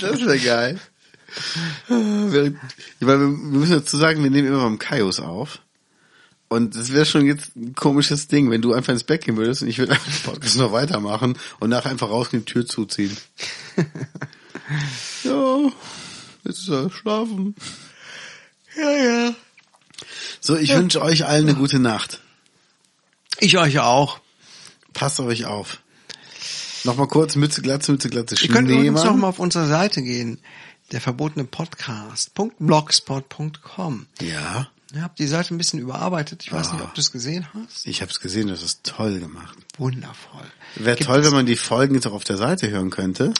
B: das wäre geil. Wir- Ich meine, wir müssen dazu sagen, wir nehmen immer beim Kaios auf. Und das wäre schon jetzt ein komisches Ding, wenn du einfach ins Bett gehen würdest und ich würde einfach den Podcast noch weitermachen und nachher einfach rausgehen, die Tür zuziehen. ja, jetzt ist er schlafen.
A: Ja, ja.
B: So, ich wünsche euch allen eine gute Nacht.
A: Ich euch auch.
B: Passt auf euch auf. Nochmal kurz, Mütze, Glatze, Mütze, Glatze,
A: Ihr könnt übrigens
B: Schneemann.
A: nochmal auf unsere Seite gehen. Der verbotene Podcast.blogspot.com.
B: Ja,
A: Ihr habt die Seite ein bisschen überarbeitet. Ich weiß nicht, ob du es gesehen hast.
B: ich habe es gesehen, das ist toll gemacht.
A: Wundervoll.
B: Wäre
A: Gibt
B: toll,
A: es-
B: wenn man die Folgen jetzt auch auf der Seite hören könnte.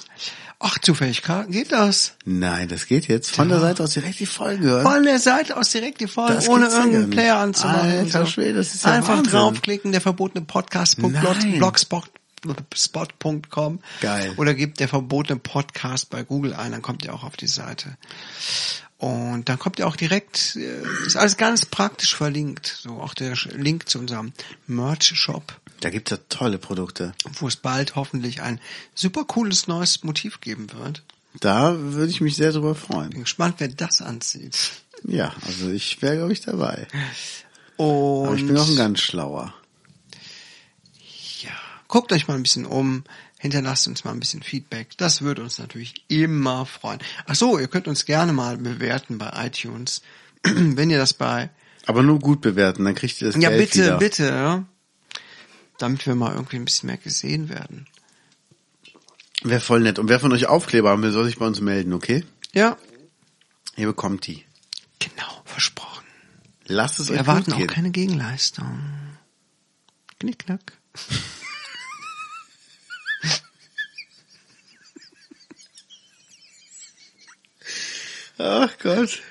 A: Ach, zufällig kann- geht das.
B: Nein, das geht jetzt. Von der Seite aus direkt die Folgen hören.
A: Von der Seite aus direkt die Folge,
B: Äh? Das
A: ohne
B: gibt's ja
A: irgendeinen
B: nicht.
A: Player anzumachen. und
B: Alter Schwede, das ist ja
A: Einfach
B: Wahnsinn.
A: draufklicken, der verbotene
B: Nein.
A: Podcast.blogspot.com
B: Geil.
A: oder gebt der verbotene Podcast bei Google ein, dann kommt ihr auch auf die Seite. Und dann kommt ihr auch direkt, äh, ist alles ganz praktisch verlinkt. So auch der Sch- Link zu unserem Merch-Shop,
B: Da gibt's ja tolle Produkte.
A: wo es bald hoffentlich ein super cooles neues Motiv geben wird.
B: Da würde ich mich sehr drüber freuen.
A: Bin gespannt, wer das anzieht.
B: Ja, also ich wäre, glaube ich, dabei.
A: Und
B: Aber ich bin auch ein ganz schlauer.
A: Ja, guckt euch mal ein bisschen um, hinterlasst uns mal ein bisschen Feedback. Das würde uns natürlich immer freuen. Ach so, ihr könnt uns gerne mal bewerten bei iTunes, wenn ihr das bei
B: Aber nur gut bewerten, dann kriegt ihr das
A: ja
B: Geld
A: bitte
B: wieder.
A: bitte, ja. damit wir mal irgendwie ein bisschen mehr gesehen werden.
B: Wäre voll nett. Und wer von euch Aufkleber haben will, soll sich bei uns melden, okay?
A: Ja.
B: Ihr bekommt die.
A: Genau, versprochen.
B: Lasst es
A: Wir
B: euch
A: erwarten
B: gut
A: auch
B: gehen.
A: keine Gegenleistung. Knickknack.
B: Ach Gott.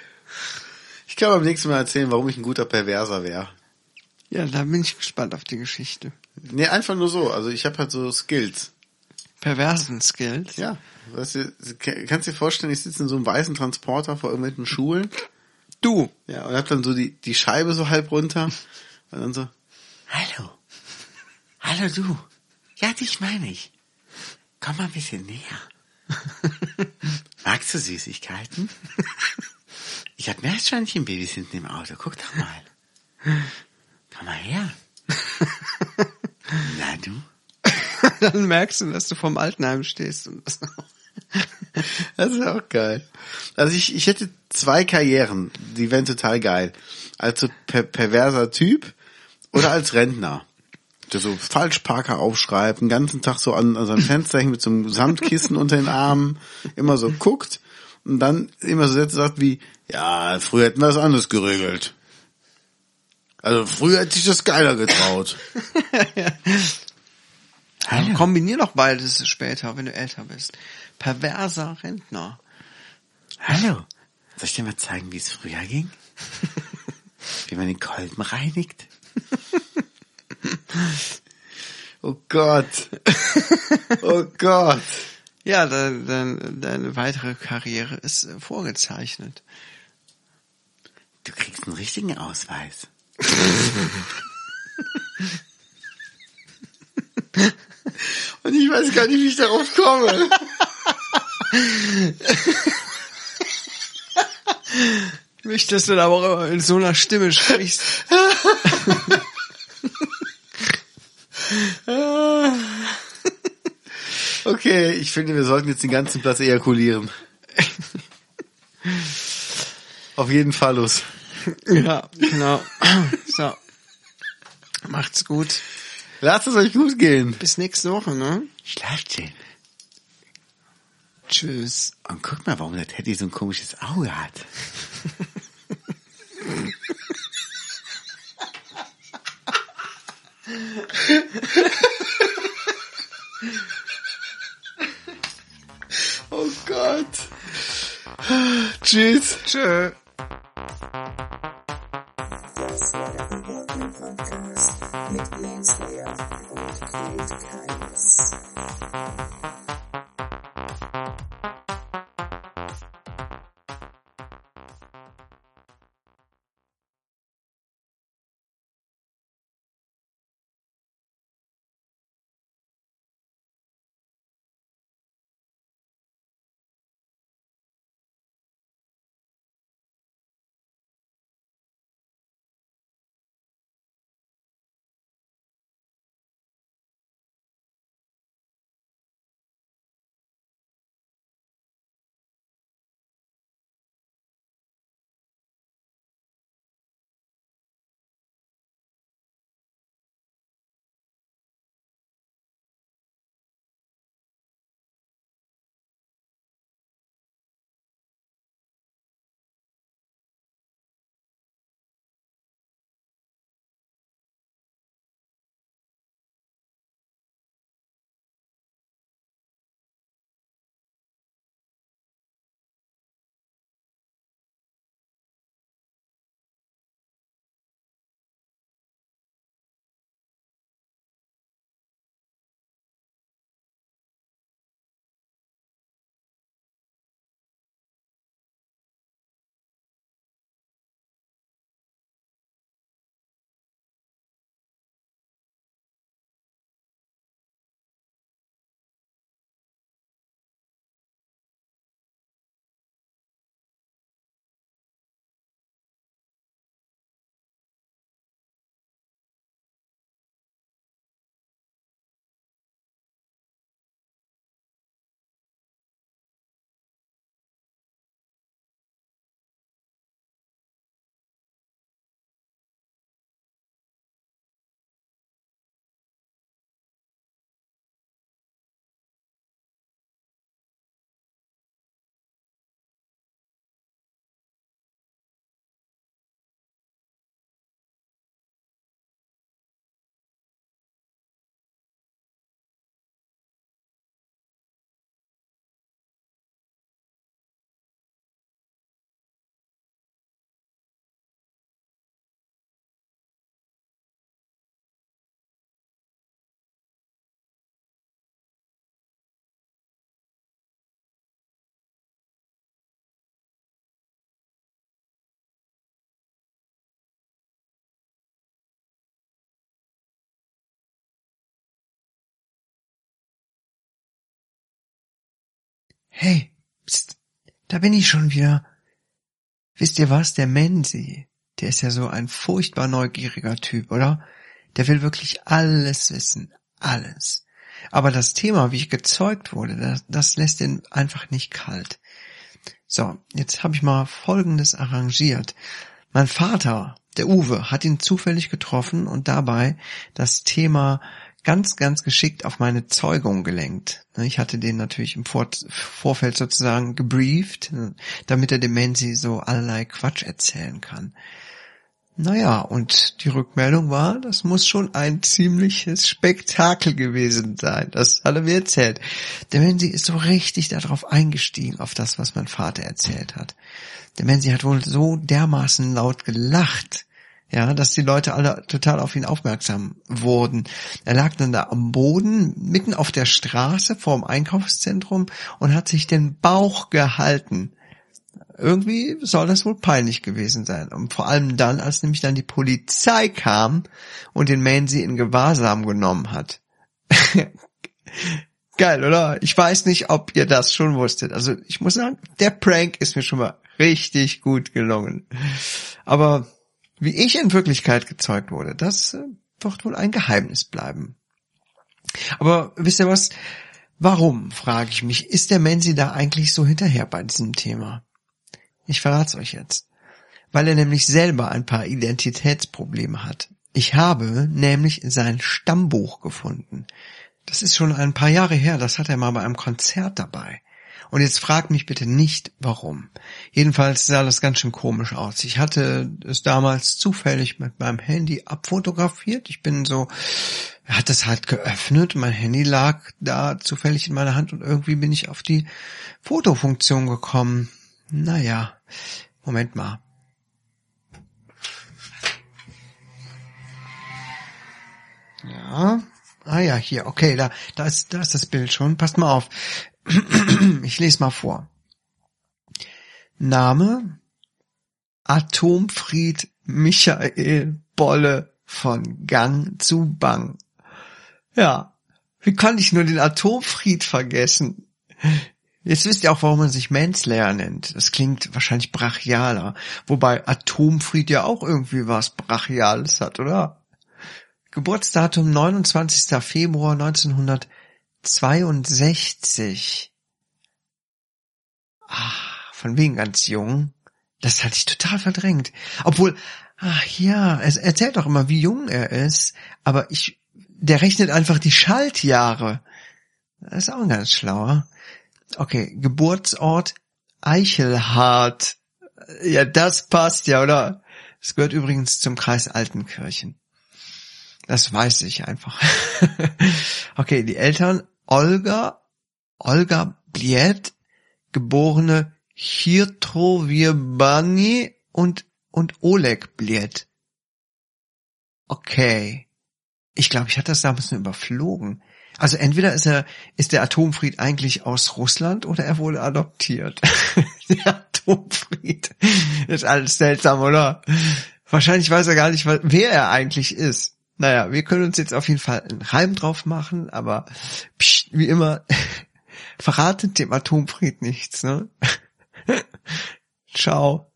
B: Ich kann beim nächsten Mal erzählen, warum ich ein guter Perverser wäre.
A: Ja, da bin ich gespannt auf die Geschichte.
B: Nee, einfach nur so. Also ich habe halt so Skills.
A: Perversen Skills.
B: Ja. Weißt du, kannst dir vorstellen, ich sitze in so einem weißen Transporter vor irgendwelchen Schulen.
A: Du.
B: Ja, und hab dann so die, die Scheibe so halb runter. Und dann so, hallo. Hallo du. Ja, dich meine ich. Komm mal ein bisschen näher. Magst du Süßigkeiten? Ich hab Meerschweinchenbabys hinten im Auto. Guck doch mal. Komm mal her. Na du?
A: Dann merkst du, dass du vom Altenheim stehst. Und das
B: Das ist auch geil. Also ich, ich hätte zwei Karrieren, die wären total geil. Als so per perverser Typ oder als Rentner. Der so Falschparker aufschreibt, den ganzen Tag so an, an seinem Fenster hängt mit so einem Samtkissen unter den Armen, immer so guckt und dann immer so Sätze sagt wie, ja, früher hätten wir das anders geregelt. Also früher hätte ich das geiler getraut.
A: Dann kombinier doch beides später, wenn du älter bist. Perverser Rentner.
B: Hallo. Soll ich dir mal zeigen, wie es früher ging? wie man den Kolben reinigt? oh Gott. Oh Gott.
A: Ja, dein, dein, deine weitere Karriere ist äh, vorgezeichnet.
B: Du kriegst einen richtigen Ausweis. Und ich weiß gar nicht, wie ich darauf komme.
A: Mich, dass du da aber auch immer in so einer Stimme sprichst.
B: Okay, ich finde, wir sollten jetzt den ganzen Platz ejakulieren. Auf jeden Fall los.
A: Ja, genau. So. Macht's gut.
B: Lasst es euch gut gehen.
A: Bis nächste Woche, ne?
B: Schlaft schön.
A: Tschüss.
B: Und guck mal, warum der Teddy so ein komisches Auge hat. oh Gott. Tschüss.
A: Tschüss.
C: Das war der Geborgen Podcast mit Mansplayer und Kult Keines.
A: Hey, pst, da bin ich schon wieder. Wisst ihr was, der Menzi, der ist ja so ein furchtbar neugieriger Typ, oder? Der will wirklich alles wissen, alles. Aber das Thema, wie ich gezeugt wurde, das, das lässt ihn einfach nicht kalt. So, jetzt habe ich mal Folgendes arrangiert. Mein Vater, der Uwe, hat ihn zufällig getroffen und dabei das Thema ganz, ganz geschickt auf meine Zeugung gelenkt. Ich hatte den natürlich im Vor Vorfeld sozusagen gebrieft, damit er dem Menzi so allerlei Quatsch erzählen kann. Naja, und die Rückmeldung war, das muss schon ein ziemliches Spektakel gewesen sein. Das hat er mir erzählt. Der Menzi ist so richtig darauf eingestiegen, auf das, was mein Vater erzählt hat. Der Menzi hat wohl so dermaßen laut gelacht, ja, dass die Leute alle total auf ihn aufmerksam wurden. Er lag dann da am Boden, mitten auf der Straße vorm Einkaufszentrum und hat sich den Bauch gehalten irgendwie soll das wohl peinlich gewesen sein. Und vor allem dann, als nämlich dann die Polizei kam und den Mansi in Gewahrsam genommen hat. Geil, oder? Ich weiß nicht, ob ihr das schon wusstet. Also ich muss sagen, der Prank ist mir schon mal richtig gut gelungen. Aber wie ich in Wirklichkeit gezeugt wurde, das äh, wird wohl ein Geheimnis bleiben. Aber wisst ihr was? Warum, frage ich mich, ist der Mansi da eigentlich so hinterher bei diesem Thema? Ich verrat's euch jetzt. Weil er nämlich selber ein paar Identitätsprobleme hat. Ich habe nämlich sein Stammbuch gefunden. Das ist schon ein paar Jahre her, das hat er mal bei einem Konzert dabei. Und jetzt fragt mich bitte nicht, warum. Jedenfalls sah das ganz schön komisch aus. Ich hatte es damals zufällig mit meinem Handy abfotografiert. Ich bin so, hat es halt geöffnet. Mein Handy lag da zufällig in meiner Hand und irgendwie bin ich auf die Fotofunktion gekommen. Naja, Moment mal. Ja. Ah ja, hier, okay, da, da, ist, da ist das Bild schon. Passt mal auf. Ich lese mal vor. Name Atomfried Michael Bolle von Gang zu Bang. Ja, wie kann ich nur den Atomfried vergessen? Jetzt wisst ihr auch, warum man sich Manslayer nennt. Das klingt wahrscheinlich brachialer. Wobei Atomfried ja auch irgendwie was Brachiales hat, oder? Geburtsdatum 29. Februar 1962. Ah, von wegen ganz jung. Das hatte ich total verdrängt. Obwohl, ach ja, es erzählt doch immer, wie jung er ist. Aber ich, der rechnet einfach die Schaltjahre. Das ist auch ein ganz schlauer. Okay, Geburtsort Eichelhardt. Ja, das passt ja, oder? Es gehört übrigens zum Kreis Altenkirchen. Das weiß ich einfach. okay, die Eltern Olga, Olga Bliet, geborene Hirtrovirbani und, und Oleg Bliet. Okay. Ich glaube, ich hatte das damals nur überflogen. Also entweder ist er, ist der Atomfried eigentlich aus Russland oder er wurde adoptiert. der Atomfried. Ist alles seltsam, oder? Wahrscheinlich weiß er gar nicht, wer er eigentlich ist. Naja, wir können uns jetzt auf jeden Fall einen Reim drauf machen, aber psch, wie immer, verratet dem Atomfried nichts, ne? Ciao.